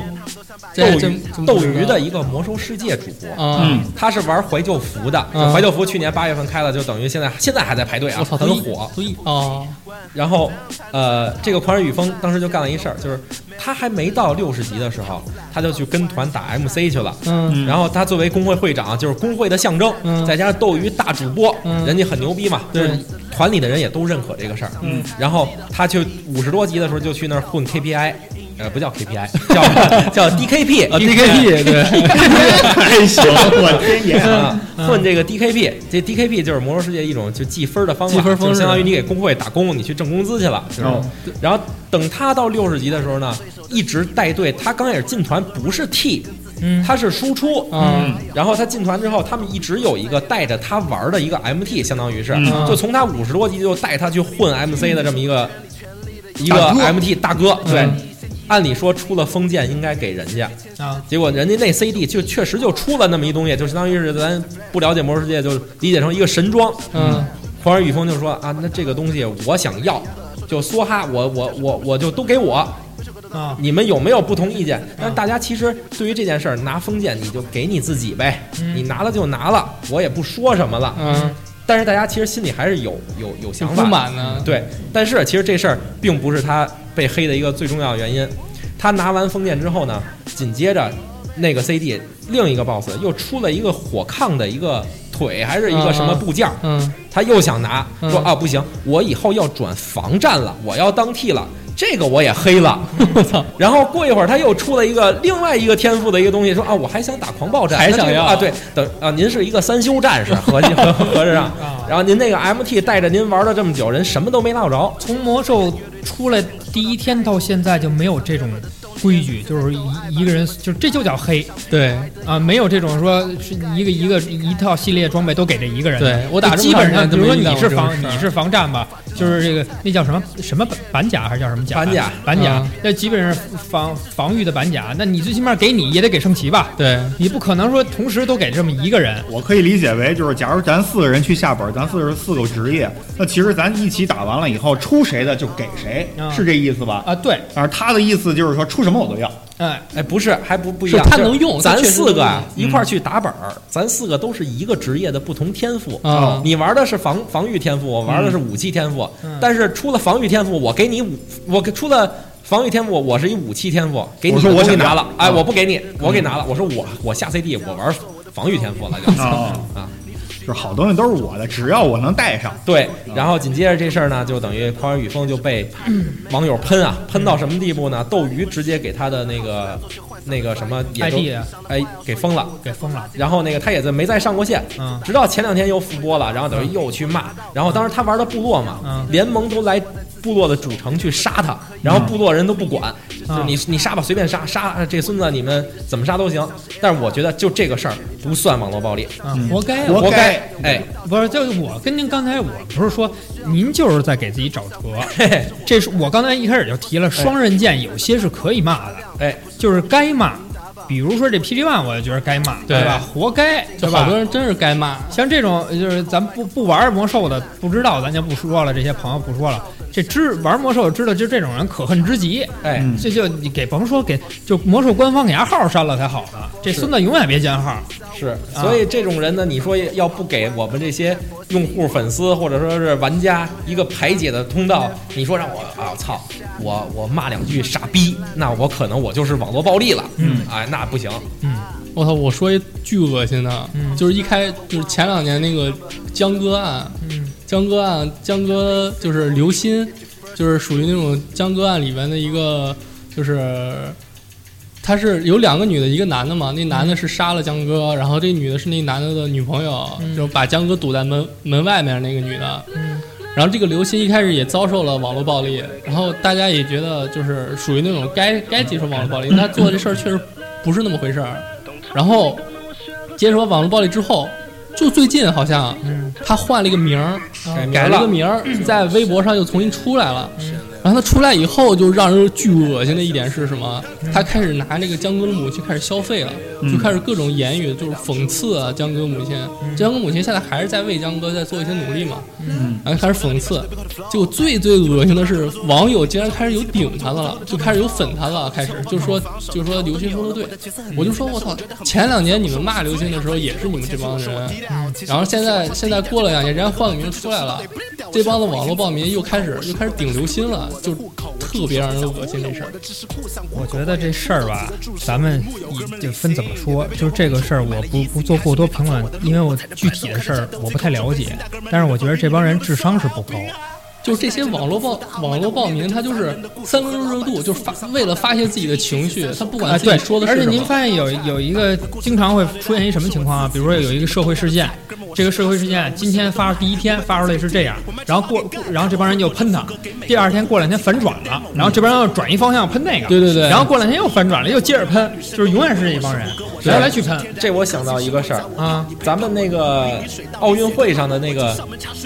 Speaker 3: 斗
Speaker 5: 这
Speaker 3: 鱼
Speaker 5: 这
Speaker 3: 斗鱼的一个魔兽世界主播。
Speaker 5: 啊，
Speaker 4: 嗯，
Speaker 3: 他是玩怀旧服的，
Speaker 5: 嗯
Speaker 3: 怀旧服去年八月份开了，就等于现在现在还在排队啊，
Speaker 5: 我操，
Speaker 3: 很
Speaker 5: 都一
Speaker 3: 火。
Speaker 5: 都一哦，
Speaker 3: 然后，呃，这个狂人雨风当时就干了一事儿，就是他还没到六十级的时候，他就去跟团打 MC 去了。
Speaker 5: 嗯
Speaker 3: 然后他作为工会会长，就是工会的象征，
Speaker 5: 嗯
Speaker 3: 再加上斗鱼大主播，
Speaker 5: 嗯
Speaker 3: 人家很牛逼嘛，就是
Speaker 5: 对
Speaker 3: 团里的人也都认可这个事儿。嗯，然后他去五十多级的时候就去那儿混 KPI，呃，不叫
Speaker 5: [LAUGHS]
Speaker 3: KPI，叫叫 DKP，
Speaker 5: [LAUGHS] 啊
Speaker 3: [LAUGHS]
Speaker 5: ，DKP [LAUGHS] 对，
Speaker 2: 嗯
Speaker 4: 太行，我天爷！
Speaker 3: 啊，混这个 DKP，这 DKP 就是魔兽世界一种就计分的方法，
Speaker 5: 计分方
Speaker 3: 就
Speaker 5: 式
Speaker 3: 是相当于你给工会打工，你去挣工资去了。就是
Speaker 4: 哦
Speaker 3: 然后等他到六十级的时候呢，一直带队。他刚开始进团不是 T，
Speaker 2: 嗯
Speaker 3: 他是输出。
Speaker 5: 嗯
Speaker 3: 然后他进团之后，他们一直有一个带着他玩的一个 MT，相当于是，
Speaker 4: 嗯
Speaker 3: 就从他五十多级就带他去混 MC 的这么一个一个
Speaker 4: 大哥
Speaker 3: MT 大哥。对
Speaker 5: 嗯，
Speaker 3: 按理说出了封建应该给人家，
Speaker 2: 啊，
Speaker 3: 结果人家那 CD 就确实就出了那么一东西，就相当于是咱不了解魔兽世界，就理解成一个神装。
Speaker 5: 嗯，
Speaker 3: 狂人雨风就说啊，那这个东西我想要，就梭哈，我我我我就都给我，
Speaker 2: 啊，
Speaker 3: 你们有没有不同意见？
Speaker 5: 啊
Speaker 3: 但是大家其实对于这件事儿拿封建，你就给你自己呗，
Speaker 2: 嗯
Speaker 3: 你拿了就拿了，我也不说什么了。
Speaker 5: 嗯，
Speaker 3: 但是大家其实心里还是有有有
Speaker 5: 挺
Speaker 3: 想
Speaker 5: 不
Speaker 3: 法的，
Speaker 5: 满呢，
Speaker 3: 对，但是其实这事儿并不是他被黑的一个最重要的原因。他拿完封建之后呢，紧接着那个 CD 另一个 boss 又出了一个火抗的一个腿，还是一个什么部件儿，
Speaker 5: 嗯，
Speaker 3: 他又想拿，
Speaker 5: 嗯
Speaker 3: 说啊不行，我以后要转防战了，我要当 T 了，这个我也黑了。
Speaker 5: 嗯我操，
Speaker 3: 然后过一会儿他又出了一个另外一个天赋的一个东西，说啊我还想打狂暴战，
Speaker 5: 还
Speaker 3: 那这
Speaker 5: 想
Speaker 3: 个
Speaker 5: 要
Speaker 3: 啊？对，等啊您是一个三修战士，合计
Speaker 5: [LAUGHS]
Speaker 3: 合合着上
Speaker 2: 啊，
Speaker 3: 然后您那个 MT 带着您玩了这么久，人什么都没落着。
Speaker 2: 从魔兽出来第一天到现在就没有这种规矩，就是一一个人，就这就叫黑
Speaker 5: 对
Speaker 2: 啊，没有这种说是一个一个一套系列装备都给这一个人的。
Speaker 5: 对，我打这么
Speaker 2: 基
Speaker 5: 长
Speaker 2: 本
Speaker 5: 时
Speaker 2: 上，
Speaker 5: 间
Speaker 2: 比
Speaker 5: 都
Speaker 2: 如
Speaker 5: 没
Speaker 2: 说
Speaker 5: 遇到
Speaker 2: 你
Speaker 5: 过
Speaker 2: 是
Speaker 5: 这种
Speaker 2: 防
Speaker 5: 事儿
Speaker 2: 你是防战吧，就是这个那叫什么什么板板甲还是叫什么甲？啊
Speaker 3: 板甲
Speaker 2: 板甲
Speaker 5: 嗯，
Speaker 2: 那基本上是防防御的板甲，那你最起码给你也得给圣骑吧，
Speaker 5: 对，
Speaker 2: 你不可能说同时都给这么一个人。
Speaker 4: 我可以理解为就是，假如咱四个人去下本，咱四十四个职业，那其实咱一起打完了以后，出谁的就给谁，
Speaker 2: 啊
Speaker 4: 是这意思吧？
Speaker 2: 啊，对，
Speaker 4: 而他的意思就是说，出什么我都要。
Speaker 2: 哎，
Speaker 3: 哎，不是，还不不一样，
Speaker 5: 是他
Speaker 3: 就是
Speaker 5: 能用嗯他
Speaker 3: 咱
Speaker 5: 确实
Speaker 3: 四个啊
Speaker 4: 能用
Speaker 3: 一块儿去打本儿，咱四个都是一个职业的不同天赋。
Speaker 5: 啊，
Speaker 3: 你玩的是防防御天赋，我玩的是武器天赋
Speaker 2: 嗯，
Speaker 3: 但是出了防御天赋，我给你武，我给出了。防御天赋，我是一武器天赋，给你
Speaker 4: 我说
Speaker 3: 的
Speaker 4: 我
Speaker 3: 东西
Speaker 4: 想
Speaker 3: 拿
Speaker 4: 要
Speaker 3: 了，哎，
Speaker 4: 嗯
Speaker 3: 我不给你，我给拿了。我说我我下 CD，我玩防御天赋了
Speaker 2: 嗯
Speaker 3: 就。
Speaker 4: 啊
Speaker 3: 啊，
Speaker 4: 就是好东西都是我的，只要我能带上。
Speaker 3: 对，然后紧接着这事儿呢，就等于狂人雨风就被网友喷啊，喷到什么地步呢？斗鱼直接给他的那个那个什么也都
Speaker 2: ID 啊
Speaker 3: 哎给封了。
Speaker 2: 给封了。
Speaker 3: 然后那个他也在没再上过线，
Speaker 2: 嗯
Speaker 3: 直到前两天又复播了，然后等于又去骂，然后当时他玩的部落嘛，
Speaker 2: 嗯
Speaker 3: 联盟都来部落的主城去杀他，然后部落人都不管，
Speaker 2: 嗯
Speaker 3: 就是你你杀吧，随便杀，杀这孙子你们怎么杀都行，但是我觉得就这个事儿不算网络暴力，
Speaker 2: 啊，
Speaker 5: 嗯
Speaker 2: 活该、啊！
Speaker 4: 活
Speaker 3: 活该
Speaker 4: 该，
Speaker 3: 哎，
Speaker 2: 不是，就是我跟您刚才我不是说，您就是在给自己找辙。
Speaker 3: 嘿嘿，
Speaker 2: 这
Speaker 5: 哎
Speaker 2: 是我刚才一开始就提了，双刃剑有些是可以骂的，
Speaker 3: 哎，
Speaker 2: 就是该骂，比如说这 PG One，我就觉得该骂，
Speaker 5: 对
Speaker 2: 对吧？活该，
Speaker 5: 就
Speaker 2: 对吧？
Speaker 5: 好多人真是该骂，
Speaker 2: 像这种就是咱不不玩魔兽的，不知道咱就不说了，这些朋友不说了。这知玩魔兽知道，就这种人可恨之极。
Speaker 3: 哎，
Speaker 5: 嗯
Speaker 2: 这就你给甭说给，就魔兽官方给他号删了才好呢。这孙子永远别建号。
Speaker 3: 是，所以这种人呢，你说要不给我们这些用户、粉丝或者说是玩家一个排解的通道，你说让我啊操，我我骂两句傻逼，那我可能我就是网络暴力了，嗯，哎，那不行，
Speaker 5: 我操！我说一巨恶心的，
Speaker 2: 嗯
Speaker 5: 就是一开就是前两年那个江歌案，
Speaker 2: 嗯
Speaker 5: 江歌案，江歌就是刘鑫，就是属于那种江歌案里面的一个，就是他是有两个女的，一个男的嘛，那
Speaker 2: 嗯
Speaker 5: 男的是杀了江歌，然后这女的是那男的的女朋友，
Speaker 2: 嗯
Speaker 5: 就把江歌堵在门门外面那个女的，
Speaker 2: 嗯
Speaker 5: 然后这个刘鑫一开始也遭受了网络暴力，然后大家也觉得就是属于那种该该接受网络暴力，但他做的这事儿确实不是那么回事儿。然后接受网络暴力之后，就最近好像
Speaker 2: 嗯
Speaker 5: 他换了一个名儿，
Speaker 3: 改
Speaker 5: 改了个名儿，在微博上又重新出来了。然后他出来以后，就让人巨恶心的一点是什么？他开始拿那个江歌的母亲开始消费了，就开始各种言语，就是讽刺啊江歌母亲。江歌母亲现在还是在为江歌在做一些努力嘛，然后哎开始讽刺。结果最最恶心的是，网友竟然开始有顶他的了，就开始有粉他了，开始就说就说刘星说的对，我就说我操，前两年你们骂刘星的时候也是你们这帮人，然后现在现在过了两年，人家换个名出来了，这帮子网络暴民又开始又开始顶刘鑫了，就特别让人恶心这事儿。
Speaker 2: 我觉得这事儿吧，咱们也就分怎么说，就是这个事儿，我不不做过多评论，因为我具体的事儿我不太了解。但是我觉得这帮人智商是不高，
Speaker 5: 就这些网络暴网络暴民，他就是三分钟热度，就是发为了发泄自己的情绪，他不管
Speaker 2: 啊，
Speaker 5: 自己
Speaker 2: 对，
Speaker 5: 说的
Speaker 2: 而
Speaker 5: 是
Speaker 2: 且
Speaker 5: 什么。
Speaker 2: 您发现有有一个经常会出现一什么情况啊？比如说有一个社会事件，这个社会事件今天发第一天发出来是这样，然后过，过然后这帮人就喷他，第二天过两天反转了，然后这帮人又转一方向喷那个，
Speaker 5: 对对对
Speaker 2: 然后过两天又反转了，又接着喷，就是永远是这一帮人来来去喷
Speaker 3: 这我想到一个事儿，
Speaker 2: 啊，
Speaker 3: 咱们那个奥运会上的那个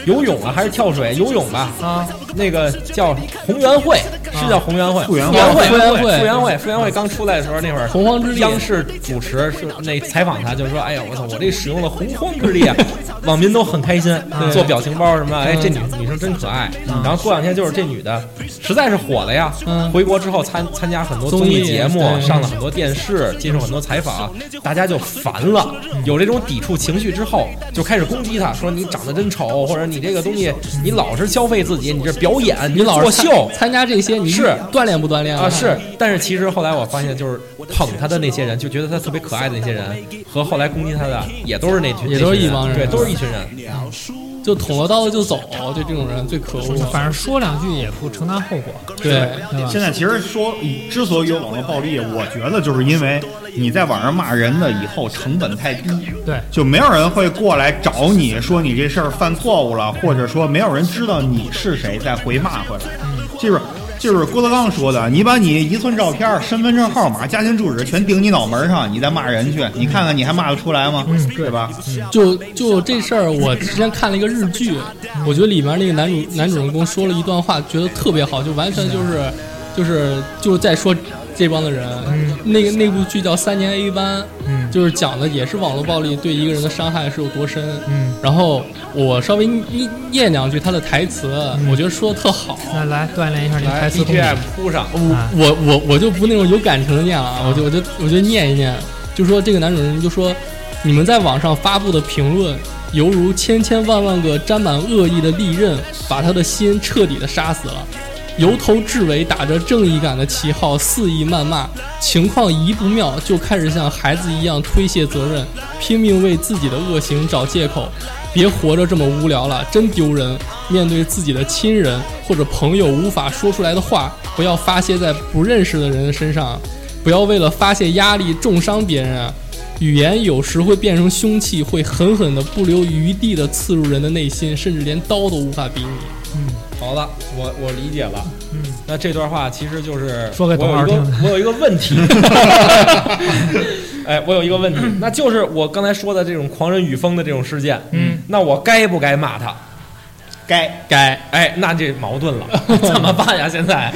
Speaker 3: 游泳啊，还是跳水游泳吧？
Speaker 2: 啊，
Speaker 3: 那个叫红园会，是叫红园会，
Speaker 4: 园
Speaker 3: 园
Speaker 4: 会
Speaker 3: 会，
Speaker 5: 傅园会
Speaker 3: 傅园会，傅园会刚出来的时候那会儿，
Speaker 5: 洪荒之力
Speaker 3: 央视主持是那采访他，就说：“哎呀，我操，我这使用了洪荒之
Speaker 5: [LAUGHS]
Speaker 3: 力啊！”网民都很开心，做表情包什么，哎，这女女生真可爱。
Speaker 5: 嗯
Speaker 3: 然后过两天就是这女的，实在是火了呀，回国之后参参加很多综艺节目
Speaker 5: 综艺，对
Speaker 3: 上了很多电视，接受很多采访，啊大家就烦了，有这种抵触情绪之后，就开始攻击她，说你长得真丑，或者你这个东西，你老是消费自己，你这表演，你
Speaker 5: 你老
Speaker 3: 作
Speaker 5: 是参
Speaker 3: 秀。
Speaker 5: 参加这些，你
Speaker 3: 是
Speaker 5: 锻炼不锻炼
Speaker 3: 啊，是，但是其实后来我发现，就是捧他的那些人，就觉得他特别可爱的那些人，和后来攻击他的，也都是那群，
Speaker 5: 也都是
Speaker 3: 那群
Speaker 5: 一帮人
Speaker 3: 对，都是一群人。
Speaker 5: 就捅了刀子就走，就这种人最可恶。
Speaker 2: 反正说两句也不承担后果，
Speaker 5: 对，
Speaker 2: 对吧？
Speaker 4: 现在其实说，之所以有网络暴力，我觉得就是因为你在网上骂人的以后成本太低，
Speaker 2: 对
Speaker 4: 就没有人会过来找你说你这事儿犯错误了，或者说没有人知道你是谁再回骂回来，就是。就是郭德纲说的，你把你一寸照片、身份证号码、家庭住址全顶你脑门上，你再骂人去，你看看你还骂得出来吗？嗯，对吧？
Speaker 5: 就就这事儿，我之前看了一个日剧，
Speaker 3: 嗯
Speaker 5: 我觉得里面那个男主男主人公说了一段话，觉得特别好，就完全就是就是就是在说这帮的人。
Speaker 3: 嗯
Speaker 5: 那个那部剧叫《三年 A 班》，
Speaker 2: 嗯
Speaker 5: 就是讲的也是网络暴力对一个人的伤害是有多深。
Speaker 2: 嗯
Speaker 5: 然后我稍微念念两句他的台词，
Speaker 3: 嗯
Speaker 5: 我觉得说的特好。
Speaker 2: 那来锻炼一下你的台词功底
Speaker 3: BGM 铺上，
Speaker 2: 啊
Speaker 5: 我我我我就不那种有感情的念了，啊，我就我就我就念一念，就说这个男主人就说，你们在网上发布的评论，犹如千千万万个沾满恶意的利刃，把他的心彻底的杀死了。由头至尾打着正义感的旗号肆意谩骂，情况一不妙就开始像孩子一样推卸责任，拼命为自己的恶行找借口。别活着这么无聊了，真丢人！面对自己的亲人或者朋友无法说出来的话，不要发泄在不认识的人身上，不要为了发泄压力重伤别人啊！语言有时会变成凶器，会狠狠的不留余地的刺入人的内心，甚至连刀都无法比拟。
Speaker 3: 好了，我我理解了。嗯，那这段话其实就是
Speaker 2: 说给董
Speaker 3: 我有一
Speaker 2: 二
Speaker 3: 个
Speaker 2: 听
Speaker 3: 我有一个问
Speaker 2: [LAUGHS]
Speaker 3: 题，哎，我有一个问题，那就是我刚才说的这种狂人雨风的这种事件，
Speaker 2: 嗯，
Speaker 3: 那我该不该骂他？
Speaker 4: 该
Speaker 3: 该，哎，那这矛盾了，怎么办呀？现在，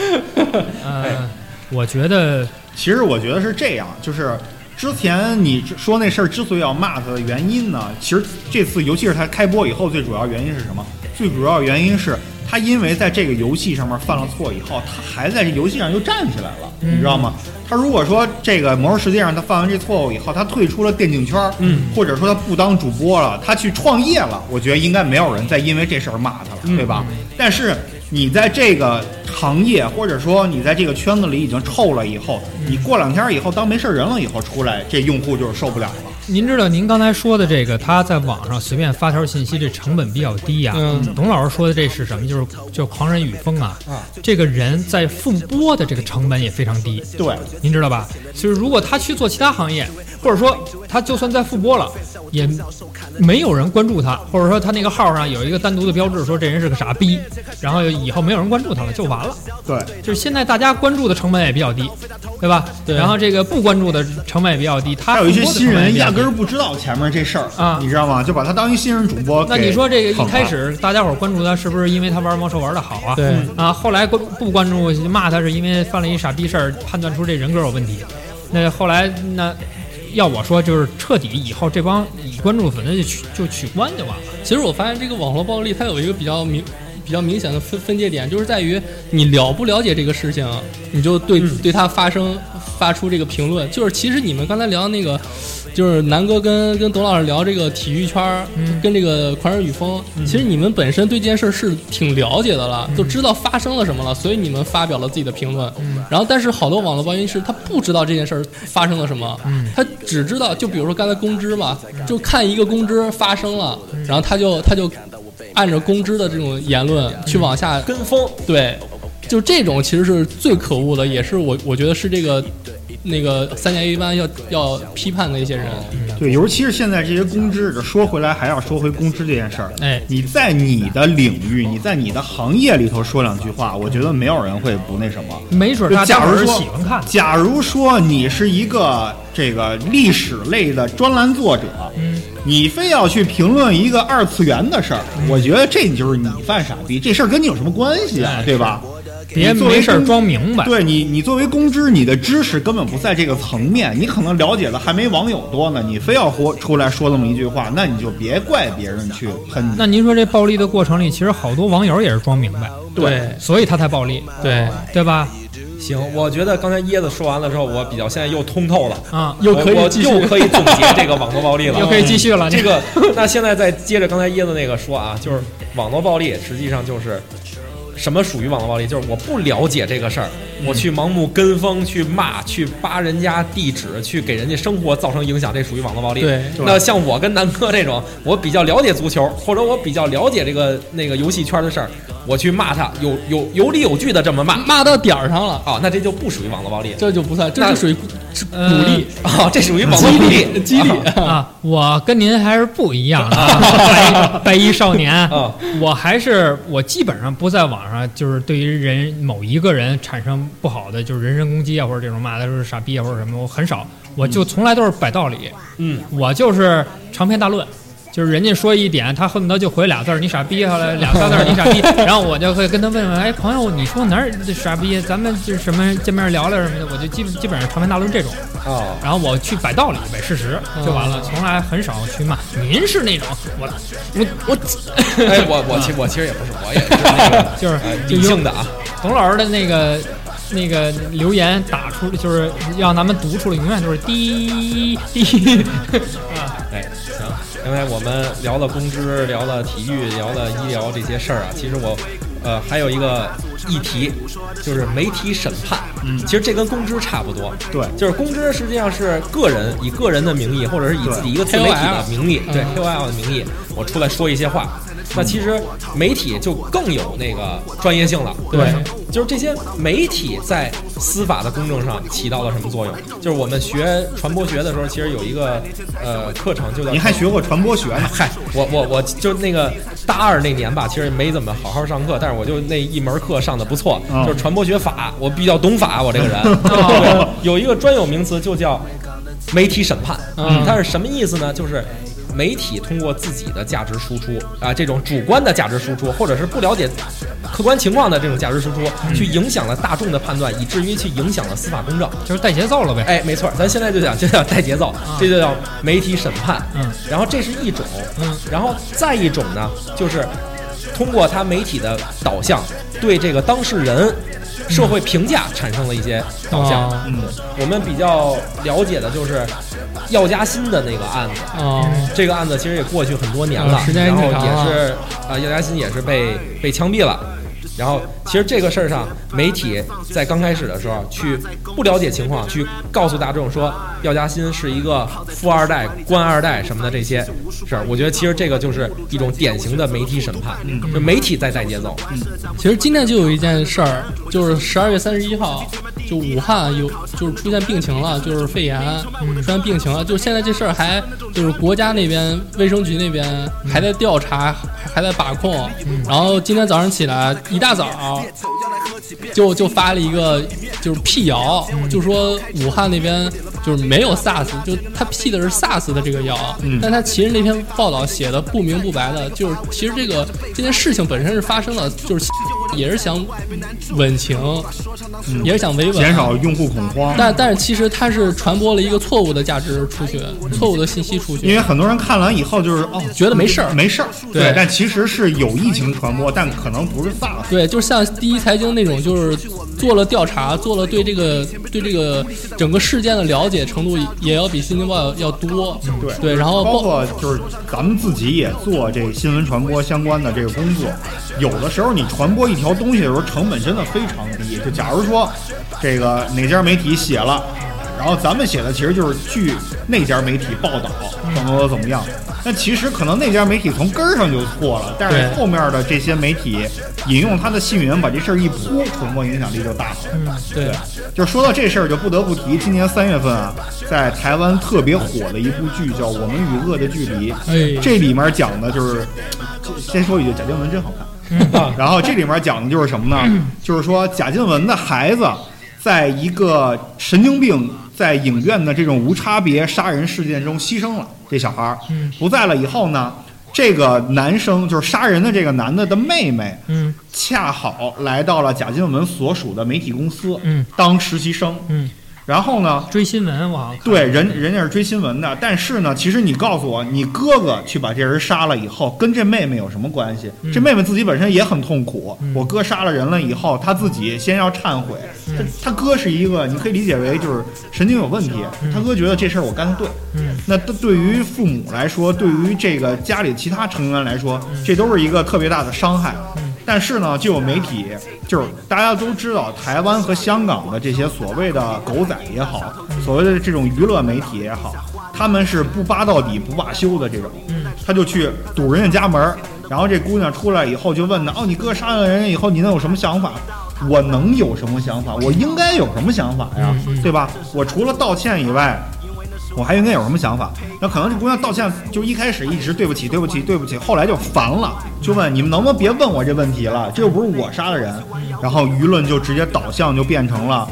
Speaker 2: 呃，我觉得
Speaker 4: 其实我觉得是这样，就是之前你说那事儿之所以要骂他的原因呢，其实这次尤其是他开播以后，最主要原因是什么？最主要原因是他因为在这个游戏上面犯了错以后，他还在这游戏上又站起来了，你知道吗？他如果说这个魔兽世界上他犯完这错误以后，他退出了电竞圈儿，嗯，或者说他不当主播了，他去创业了，我觉得应该没有人再因为这事儿骂他了，对吧？但是你在这个行业，或者说你在这个圈子里已经臭了以后，你过两天以后当没事人了以后出来，这用户就是受不了了。
Speaker 2: 您知道您刚才说的这个，他在网上随便发条信息，这成本比较低呀、
Speaker 5: 嗯
Speaker 2: 董老师说的这是什么？就是就狂人雨风啊。这个人在复播的这个成本也非常低，
Speaker 4: 对，
Speaker 2: 您知道吧？所以如果他去做其他行业，或者说他就算在复播了，也没有人关注他，或者说他那个号上有一个单独的标志说这人是个傻逼，然后以后没有人关注他了，就完了。
Speaker 4: 对，
Speaker 2: 就是现在大家关注的成本也比较低，对吧？
Speaker 5: 对
Speaker 2: 然后这个不关注的成本也比较低，他
Speaker 4: 还有一些新人压根
Speaker 2: 儿。
Speaker 4: 儿不知道前面这事儿
Speaker 2: 啊
Speaker 4: 你知道吗？就把他当一新人主播给
Speaker 2: 那
Speaker 4: 捧了。
Speaker 2: 你说这个一开始大家伙儿关注他是不是因为他玩魔兽玩的好啊？
Speaker 5: 对
Speaker 2: 啊，后来关不关注骂他是因为犯了一傻逼事儿，判断出这人格有问题。那后来那要我说就是彻底以后这帮已关注的粉丝就取就取关就完了。
Speaker 5: 其实我发现这个网络暴力，它有一个比较明、比较明显的分分界点，就是在于你了不了解这个事情，你就对、对它发生发出这个评论。就是其实你们刚才聊那个，就是南哥跟跟董老师聊这个体育圈儿，跟这个狂人雨风，其实你们本身对这件事是挺了解的了，都知道发生了什么了，所以你们发表了自己的评论。然后，但是好多网络暴力是他不知道这件事儿发生了什么，他只知道就比如说刚才公知嘛，就看一个公知发生了，然后他就他就按照公知的这种言论去往下
Speaker 3: 跟风，
Speaker 5: 对，就这种其实是最可恶的，也是我我觉得是这个那个三年一班要要批判的一些人，
Speaker 4: 对，尤其是现在这些公知，这说回来还要说回公知这件事儿。
Speaker 5: 哎
Speaker 4: 你在你的领域，你在你的行业里头说两句话，我觉得没有人会不那什么。
Speaker 2: 没准
Speaker 4: 就
Speaker 2: 大家
Speaker 4: 假
Speaker 2: 伙
Speaker 4: 如
Speaker 2: 儿
Speaker 4: 说
Speaker 2: 喜欢看的。
Speaker 4: 假如说你是一个这个历史类的专栏作者，
Speaker 2: 嗯
Speaker 4: 你非要去评论一个二次元的事儿，
Speaker 2: 嗯
Speaker 4: 我觉得这就是你犯傻逼，这事儿跟你有什么关系啊？对吧？
Speaker 2: 哎别
Speaker 4: 你作为
Speaker 2: 没事儿
Speaker 4: 公
Speaker 2: 装明白
Speaker 4: 对你，你作为公知，你的知识根本不在这个层面，你可能了解的还没网友多呢，你非要活出来说这么一句话，那你就别怪别人去喷你。
Speaker 2: 那您说这暴力的过程里，其实好多网友也是装明白，
Speaker 5: 对
Speaker 2: 所以他才暴力，
Speaker 5: 对，
Speaker 2: 对吧？
Speaker 3: 嗯行，我觉得刚才椰子说完了之后，我比较现在又通透了
Speaker 2: 啊
Speaker 5: 又可以
Speaker 3: 我我
Speaker 5: 继续
Speaker 3: 又可以总结这个网络暴力了，
Speaker 2: 又可以继续了
Speaker 3: 嗯
Speaker 2: 这
Speaker 3: 这个，那现在再接着刚才椰子那个说啊，就是网络暴力实际上就是什么属于网络暴力？就是我不了解这个事儿，我去盲目跟风、去骂、去扒人家地址、去给人家生活造成影响，这属于网络暴力。
Speaker 5: 对
Speaker 3: 那像我跟南哥这种，我比较了解足球，或者我比较了解这个那个游戏圈的事儿，我去骂他，有有有理有据的这么骂。
Speaker 5: 骂到点儿上了，
Speaker 3: 哦，那这就不属于网络暴力，
Speaker 5: 这就不算，这
Speaker 3: 那
Speaker 5: 是属于是鼓励、
Speaker 3: 啊、这属于网络暴力，
Speaker 5: 激励。
Speaker 2: 啊，我跟您还是不一样的啊，白衣白衣少年
Speaker 3: 啊，
Speaker 2: 我还是我基本上不在网上，就是对于人某一个人产生不好的，就是人身攻击啊，或者这种骂他是傻逼啊，或者什么，我很少，我就从来都是摆道理，
Speaker 3: 嗯，
Speaker 2: 我就是长篇大论。就是人家说一点，他恨不得就回俩字儿“你傻逼”，后来俩仨字儿“你傻
Speaker 3: [LAUGHS]
Speaker 2: 逼”，然后我就会跟他问问，哎，朋友，你说哪儿傻逼？咱们就是什么见面聊聊什么的，我就基本基本上长篇大论这种。
Speaker 3: 哦，
Speaker 2: 然后我去摆道理、摆事实就完了，从来很少去骂。您是那种我我我，
Speaker 3: 哎，我我其我其实也不是，我也是那个
Speaker 2: 就是
Speaker 3: 呃
Speaker 5: [LAUGHS]
Speaker 2: 就用
Speaker 3: 理性的啊，
Speaker 2: 董老师的那个那个留言打出，就是让咱们读出来，永远就是滴滴 [LAUGHS] 啊，
Speaker 3: 哎，行，刚才我们聊了公知，聊了体育，聊了医疗这些事儿啊。其实我，呃，还有一个议题，就是媒体审判。嗯，其实这跟公知差不多。
Speaker 4: 对
Speaker 3: 就是公知实际上是个人以个人的名义，或者是以自己一个自媒体的
Speaker 5: KOL
Speaker 3: 名义，对
Speaker 5: 嗯
Speaker 3: KOL 的名义，我出来说一些话。那其实媒体就更有那个专业性了，对吧，就是这些媒体在司法的公正上起到了什么作用？就是我们学传播学的时候，其实有一个呃课程就叫
Speaker 4: 您还学过传播学呢？
Speaker 3: 嗨，我我我就那个大二那年吧，其实没怎么好好上课，但是我就那一门课上的不错，
Speaker 4: 嗯
Speaker 3: 就是传播学法，我比较懂法，啊我这个人。对有一个专有名词就叫媒体审判，
Speaker 5: 嗯
Speaker 3: 它是什么意思呢？就是。媒体通过自己的价值输出啊，这种主观的价值输出，或者是不了解客观情况的这种价值输出，去影响了大众的判断，以至于去影响了司法公正。
Speaker 2: 就是带节奏了呗。
Speaker 3: 哎，没错，咱现在就讲，就 [LAUGHS] 叫带节奏，这就叫媒体审判。
Speaker 2: 啊嗯，
Speaker 3: 然后这是一种，
Speaker 2: 嗯，
Speaker 3: 然后再一种呢，就是通过他媒体的导向，对这个当事人、
Speaker 2: 嗯
Speaker 3: 社会评价产生了一些导向。
Speaker 5: 哦
Speaker 4: 嗯，
Speaker 3: 我们比较了解的就是药家鑫的那个案子，
Speaker 2: 嗯
Speaker 5: 哦，
Speaker 3: 这个案子其实也过去很多年了，
Speaker 5: 嗯时间也
Speaker 3: 然后
Speaker 5: 挺长了
Speaker 3: 也是啊，叶嘉欣也是被被枪毙了。然后，其实这个事儿上，媒体在刚开始的时候去不了解情况，去告诉大众说药家鑫是一个富二代、官二代什么的这些事儿，我觉得其实这个就是一种典型的媒体审判，
Speaker 5: 嗯
Speaker 3: 就媒体在带节奏。
Speaker 5: 其实今天就有一件事儿，就是十二月三十一号，就武汉有就是出现病情了，就是肺炎、出现病情了。就现在这事儿还就是国家那边卫生局那边还在调查，还还在把控。然后今天早上起来一大早，就就发了一个就是辟谣，就说武汉那边就是没有 SARS，就他辟的是 SARS 的这个谣，
Speaker 4: 嗯
Speaker 5: 但他其实那篇报道写的不明不白的，就是其实这个这件事情本身是发生了，就是也是想稳情，也是想维稳，
Speaker 4: 嗯
Speaker 5: 啊
Speaker 4: 减少用户恐慌。
Speaker 5: 但但是其实它是传播了一个错误的价值出去，错误的信息出去，
Speaker 4: 因为很多人看完以后就是哦，
Speaker 5: 觉得没事儿
Speaker 4: 没事儿，
Speaker 5: 对
Speaker 4: 但其实是有疫情传播，但可能不是 SARS。
Speaker 5: 对，就像第一财经那种，就是做了调查，做了对这个对这个整个事件的了解程度，也要比新京报要多。
Speaker 4: 嗯对
Speaker 5: 对，然后
Speaker 4: 包括就是咱们自己也做这新闻传播相关的这个工作，有的时候你传播一条东西的时候，成本真的非常低。就假如说这个哪家媒体写了。然后咱们写的其实就是据那家媒体报道
Speaker 5: 嗯
Speaker 4: 怎么怎么样，但其实可能那家媒体从根儿上就错了，但是
Speaker 5: 对
Speaker 4: 后面的这些媒体引用他的信源把这事儿一铺，传播影响力就大了。
Speaker 2: 嗯
Speaker 5: 对
Speaker 4: 就说到这事儿，就不得不提今年三月份啊，在台湾特别火的一部剧叫《我们与恶的距离》，
Speaker 5: 哎
Speaker 4: 这里面讲的就是，先说一句，贾静雯真好看。 [LAUGHS] 然后这里面讲的就是什么呢？就是说贾静雯的孩子，在一个神经病在影院的这种无差别杀人事件中牺牲了。这小孩儿不在了以后呢，这个男生就是杀人的这个男的的妹妹，
Speaker 2: 嗯，
Speaker 4: 恰好来到了贾静雯所属的媒体公司，
Speaker 2: 嗯，
Speaker 4: 当实习生，
Speaker 2: 嗯，
Speaker 4: 然后呢，
Speaker 2: 追新闻我好像
Speaker 4: 对，人人家是追新闻的，但是呢，其实你告诉我，你哥哥去把这人杀了以后，跟这妹妹有什么关系？
Speaker 2: 嗯
Speaker 4: 这妹妹自己本身也很痛苦，我哥杀了人了以后，她自己先要忏悔。
Speaker 2: 嗯
Speaker 4: 她她哥是一个，你可以理解为就是神经有问题，
Speaker 2: 啊嗯
Speaker 4: 她哥觉得这事儿我干的对。那对对于父母来说，对于这个家里其他成员来说，
Speaker 2: 嗯
Speaker 4: 这都是一个特别大的伤害。但是呢，就有媒体，就是大家都知道，台湾和香港的这些所谓的狗仔也好，所谓的这种娱乐媒体也好，他们是不扒到底不罢休的这种，他就去堵人家家门儿，然后这姑娘出来以后就问她，哦，你哥杀了人以后，你能有什么想法？我能有什么想法？我应该有什么想法呀？对吧？我除了道歉以外，我还应该有什么想法？那可能这姑娘道歉，就一开始一直对不起，对不起，对不起，后来就烦了，就问你们能不能别问我这问题了，这又不是我杀的人。然后舆论就直接导向就变成了，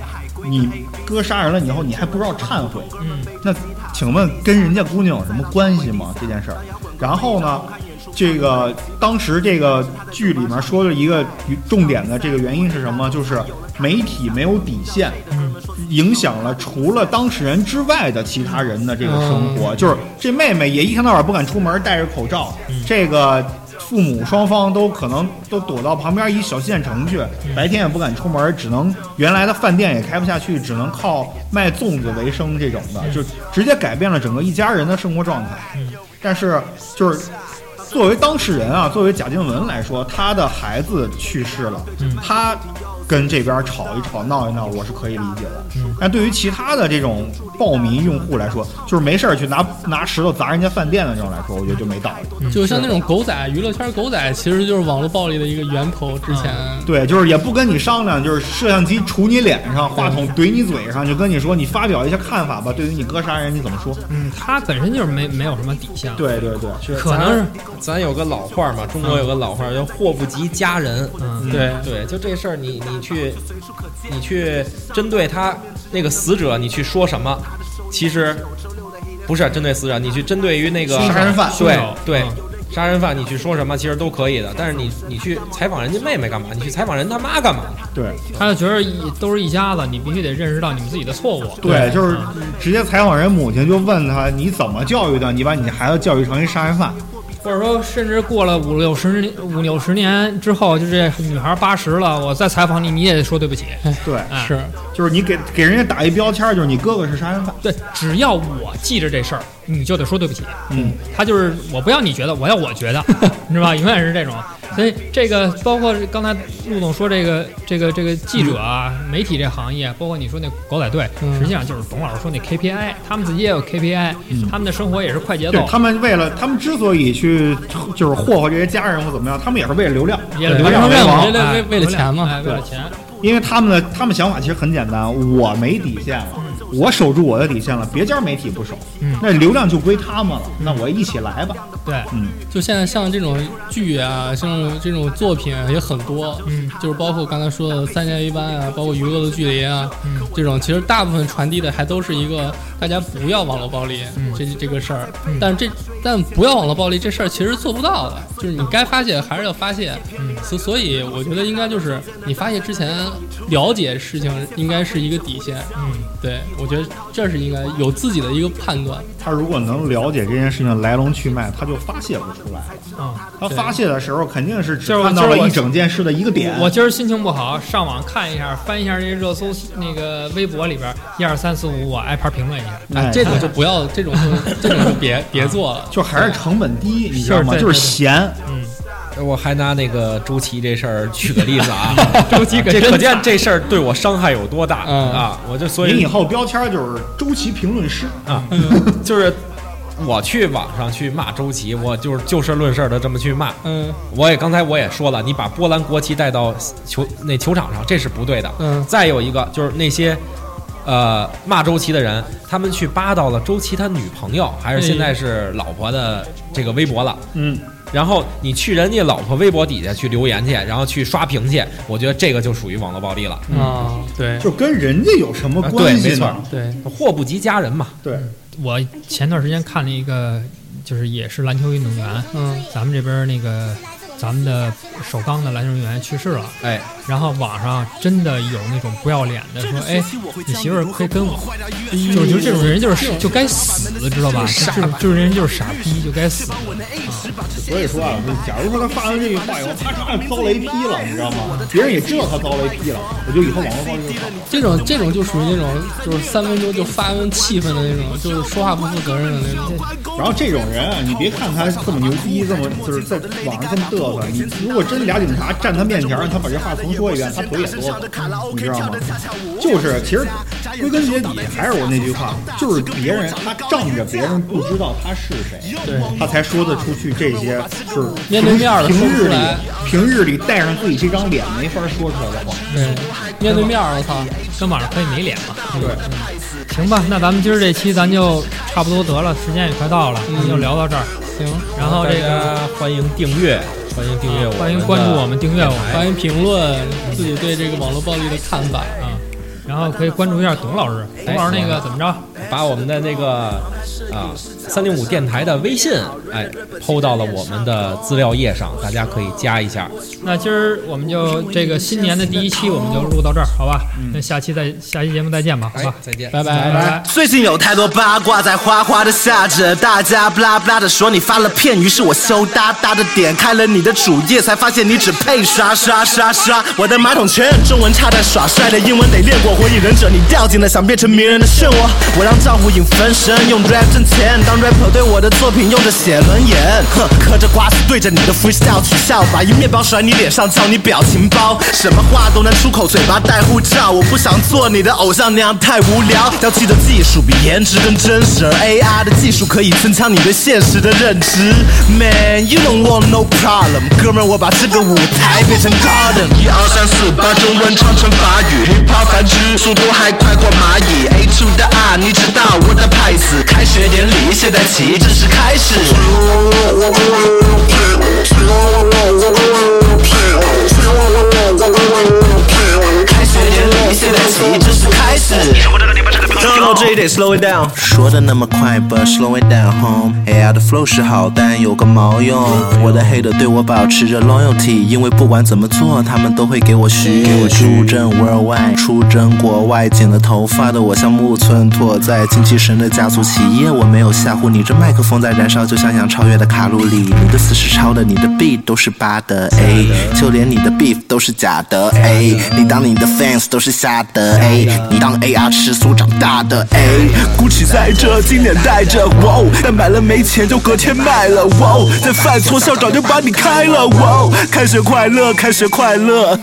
Speaker 4: 你哥杀人了以后你还不知道忏悔，那请问跟人家姑娘有什么关系吗？这件事儿。然后呢，这个当时这个剧里面说的一个重点的这个原因是什么？就是媒体没有底线，影响了除了当事人之外的其他人的这个生活。就是这妹妹也一天到晚不敢出门，戴着口罩，这个。父母双方都可能都躲到旁边一小县城去，白天也不敢出门，只能原来的饭店也开不下去，只能靠卖粽子为生这种的，就直接改变了整个一家人的生活状态。但是就是作为当事人啊，作为贾静雯来说，她的孩子去世了，
Speaker 2: 嗯
Speaker 4: 她跟这边吵一吵、闹一闹，我是可以理解
Speaker 2: 嗯
Speaker 4: 的。但对于其他的这种暴民用户来说，就是没事儿去拿拿石头砸人家饭店的这种来说，我觉得就没道理。
Speaker 2: 嗯
Speaker 5: 就像那种狗仔，娱乐圈狗仔其实就是网络暴力的一个源头。之前
Speaker 4: 对，就是也不跟你商量，就是摄像机杵你脸上，话筒怼你嘴上，就跟你说你发表一下看法吧。对于你哥杀人，你怎么说？
Speaker 2: 嗯，他本身就是没没有什么底线，，
Speaker 4: 对对对，
Speaker 2: 可能是
Speaker 3: 咱有个老话儿嘛，中国有个老话儿叫“祸不及家人”。
Speaker 2: 嗯
Speaker 5: 对
Speaker 3: 对，就这事儿，你你去，你去针对他那个死者，你去说什么？其实不是针对死者，你去针对于那个
Speaker 4: 杀人犯
Speaker 2: 凶
Speaker 3: 对
Speaker 2: 手
Speaker 3: 对
Speaker 2: 嗯，
Speaker 3: 杀人犯，你去说什么其实都可以的，但是你你去采访人家妹妹干嘛？你去采访人他妈干嘛？
Speaker 4: 对
Speaker 2: 他就觉得一都是一家子，你必须得认识到你们自己的错误。
Speaker 4: 对，就是
Speaker 2: 嗯
Speaker 4: 直接采访人母亲，就问他你怎么教育的？你把你孩子教育成一杀人犯？
Speaker 2: 或者说，甚至过了五六十年、五六十年之后，就这女孩八十了，我再采访你，你也得说对不起。
Speaker 4: 对，
Speaker 2: 哎
Speaker 5: 是
Speaker 4: 就是你给给人家打一标签儿，就是你哥哥是杀人犯。
Speaker 2: 对，只要我记着这事儿，你就得说对不起。
Speaker 4: 嗯，
Speaker 2: 他就是我不要你觉得，我要我觉得，你知道吧？永远是这种。所以这个包括刚才陆总说这个这个这个记者啊、媒体这行业，包括你说那狗仔队，实际上就是董老师说那 KPI，他们自己也有 KPI，、他们的生活也是快节
Speaker 4: 对
Speaker 2: 奏，
Speaker 4: 他们为了他们之所以去就是霍霍这些家人或怎么样，他们也是为了流量，
Speaker 2: 也
Speaker 4: 流
Speaker 2: 完
Speaker 4: 量
Speaker 2: 成任
Speaker 4: 王
Speaker 2: 务，
Speaker 5: 为了
Speaker 2: 哎
Speaker 5: 为为了钱嘛
Speaker 2: 哎为了钱。
Speaker 4: 因为他们的他们想法其实很简单，我没底线了，我守住我的底线了，别家媒体不守，
Speaker 2: 嗯
Speaker 4: 那流量就归他们了，那我一起来吧，
Speaker 2: 对，
Speaker 4: 嗯，
Speaker 5: 就现在像这种剧啊，像这种作品啊也很多，
Speaker 2: 嗯，
Speaker 5: 就是包括刚才说的《三年一班》啊，包括《余额的距离》啊，
Speaker 2: 嗯，
Speaker 5: 这种其实大部分传递的还都是一个大家不要网络暴力，
Speaker 2: 嗯
Speaker 5: 这这个事儿
Speaker 2: 嗯。
Speaker 5: 但这但不要网络暴力这事儿其实做不到的，就是你该发泄还是要发泄，
Speaker 2: 嗯
Speaker 5: 所所以我觉得应该就是你发泄之前了解事情应该是一个底线，
Speaker 2: 嗯。
Speaker 5: 对我觉得这是应该有自己的一个判断，
Speaker 4: 他如果能了解这件事情来龙去脉，他就发泄不出来了。
Speaker 2: 啊、
Speaker 4: 他发泄的时候肯定是只
Speaker 2: 就是
Speaker 4: 看到
Speaker 2: 就
Speaker 4: 了
Speaker 2: 是我
Speaker 4: 一整件事的一个点。
Speaker 2: 我今儿心情不好，上网看一下，翻一下这些热搜那个微博里边一二三四五，我挨排评论一下。
Speaker 5: 哎
Speaker 4: 哎，
Speaker 5: 这种就不要，这种就这种就别别做了。
Speaker 4: 就还是成本低，你知道吗？
Speaker 2: 对
Speaker 4: 就
Speaker 2: 对
Speaker 4: 是闲。
Speaker 3: 哎我还拿那个周琦这事儿举个例子 [LAUGHS] 啊，
Speaker 2: 周琦可
Speaker 3: 这
Speaker 2: 真
Speaker 3: 可见这事儿对我伤害有多大、
Speaker 5: 嗯
Speaker 3: 啊！我就所
Speaker 4: 您以
Speaker 3: 以
Speaker 4: 后标签就是周琦评论师，
Speaker 3: 啊， [LAUGHS] 就是我去网上去骂周琦，我就是就事论事的这么去骂。
Speaker 5: 嗯
Speaker 3: 我也刚才我也说了，你把波兰国旗带到球那球场上，这是不对的。
Speaker 5: 嗯
Speaker 3: 再有一个就是那些。呃，骂周琦的人，他们去扒到了周琦他女朋友，还是现在是老婆的这个微博了。
Speaker 4: 嗯，
Speaker 3: 然后你去人家老婆微博底下去留言去，然后去刷屏去，我觉得这个就属于网络暴力了。
Speaker 2: 嗯
Speaker 5: 啊，对
Speaker 4: 就跟人家有什么
Speaker 3: 啊
Speaker 4: 关
Speaker 3: 对没
Speaker 4: 系
Speaker 3: 错
Speaker 4: 呢？
Speaker 5: 对，
Speaker 3: 祸不及家人嘛，
Speaker 4: 对，
Speaker 2: 我前段时间看了一个，就是也是篮球运动员，
Speaker 5: 嗯
Speaker 2: 咱们这边那个咱们的首钢的篮球运动员去世了，
Speaker 3: 哎，
Speaker 2: 然后网上真的有那种不要脸的说，哎，你媳妇儿可以跟我，就是就这种人就是就该死，知道吧？就是就是人就是傻逼，就该死。
Speaker 4: 所以说啊，假如说他发完这句话以后，他啪遭雷劈了，你知道吗？别人也知道他遭雷劈了，我就以后网络暴力就好。
Speaker 5: 这种这种就属于那种就是三分钟就发问气氛的那种，就是说话不负责任的那种。
Speaker 4: 然后这种人啊，你别看他这么牛逼，这么就是在网上这么嘚瑟，你如果真俩警察站他面前，让他把这话重说一遍，他腿也哆嗦，嗯你知道吗？就是其实归根结底还是我那句话，就是别人他仗着别人不知道他是谁，他才说得出去这些，就是
Speaker 5: 面对面儿的
Speaker 4: 平
Speaker 5: 说不
Speaker 4: 日
Speaker 5: 出
Speaker 4: 里
Speaker 5: 来
Speaker 4: 平日里带上自己这张脸没法说出来的话。
Speaker 5: 对，面对面儿，我操，
Speaker 2: 跟网上可以没脸嘛。
Speaker 4: 对，
Speaker 2: 行吧，那咱们今儿这期咱就差不多得了，时间也快到了，咱们就聊到这儿。
Speaker 5: 行，
Speaker 2: 然后这
Speaker 3: 大
Speaker 2: 个
Speaker 3: 家欢迎订阅，欢迎订阅我们的，
Speaker 2: 欢迎关注我们，订阅我们，
Speaker 5: 欢迎评论自己对这个网络暴力的看法。哎
Speaker 2: 啊，然后可以关注一下董老师，董老师
Speaker 5: 啊
Speaker 2: 那个怎么着？
Speaker 3: 把我们的那个啊三零五电台的微信哎抛到了我们的资料页上，大家可以加一下。
Speaker 2: 那今儿我们就这个新年的第一期我们就录到这儿，好吧？那下期再下期节目再见吧，好
Speaker 3: 哎
Speaker 2: 吧，？
Speaker 3: 再见，
Speaker 5: 拜
Speaker 2: 拜拜。
Speaker 6: 最近有太多八卦在哗哗的下着，大家不拉不拉的说你发了片，于是我羞答答的点开了你的主页，才发现你只配刷刷刷刷。我的马桶圈，中文差点耍帅的英文得练过火影忍者，你掉进了想变成名人的漩涡。我让丈夫影分身，用 rap 挣钱，当 rapper 对我的作品用着写轮眼，哼，嗑着瓜子对着你的 freestyle 取笑，把一面包甩你脸上，叫你表情包，什么话都能出口，嘴巴带护照。我不想做你的偶像那样太无聊，要记得技术比颜值更真实，而 AR 的技术可以增强你对现实的认知。Man, you don't want no problem，哥们儿，我把这个舞台变成 garden。
Speaker 7: 一二三四，把中文唱成法语，hiphop 繁殖速度还快过蚂蚁。A to the R，你知道我的派死。开学典礼现在起正式开始。开学典礼离，现在起，这是开始。
Speaker 6: No no，这一点 slow it down。说的那么快，but slow it down home。AI 的 flow 是好，但有个毛用。我的 hater 对我保持着 loyalty，因为不管怎么做，他们都会给我许。出征 worldwide，出征国外，剪了头发的我像木村拓哉。精气神的家族企业，我没有吓唬你。这麦克风在燃烧，就像杨超越的卡路里。你的词是抄的，你的 beat 都是八的。哎，就连你的 beef 都是假的。哎，你当你的 fans 都是瞎的。哎，你当 AR 吃素长大的。哎，GUCCI 在这，经典带着。哇哦，但买了没钱就隔天卖了。哇哦，再犯错校长就把你开了。哇哦，开学快乐，开学快乐。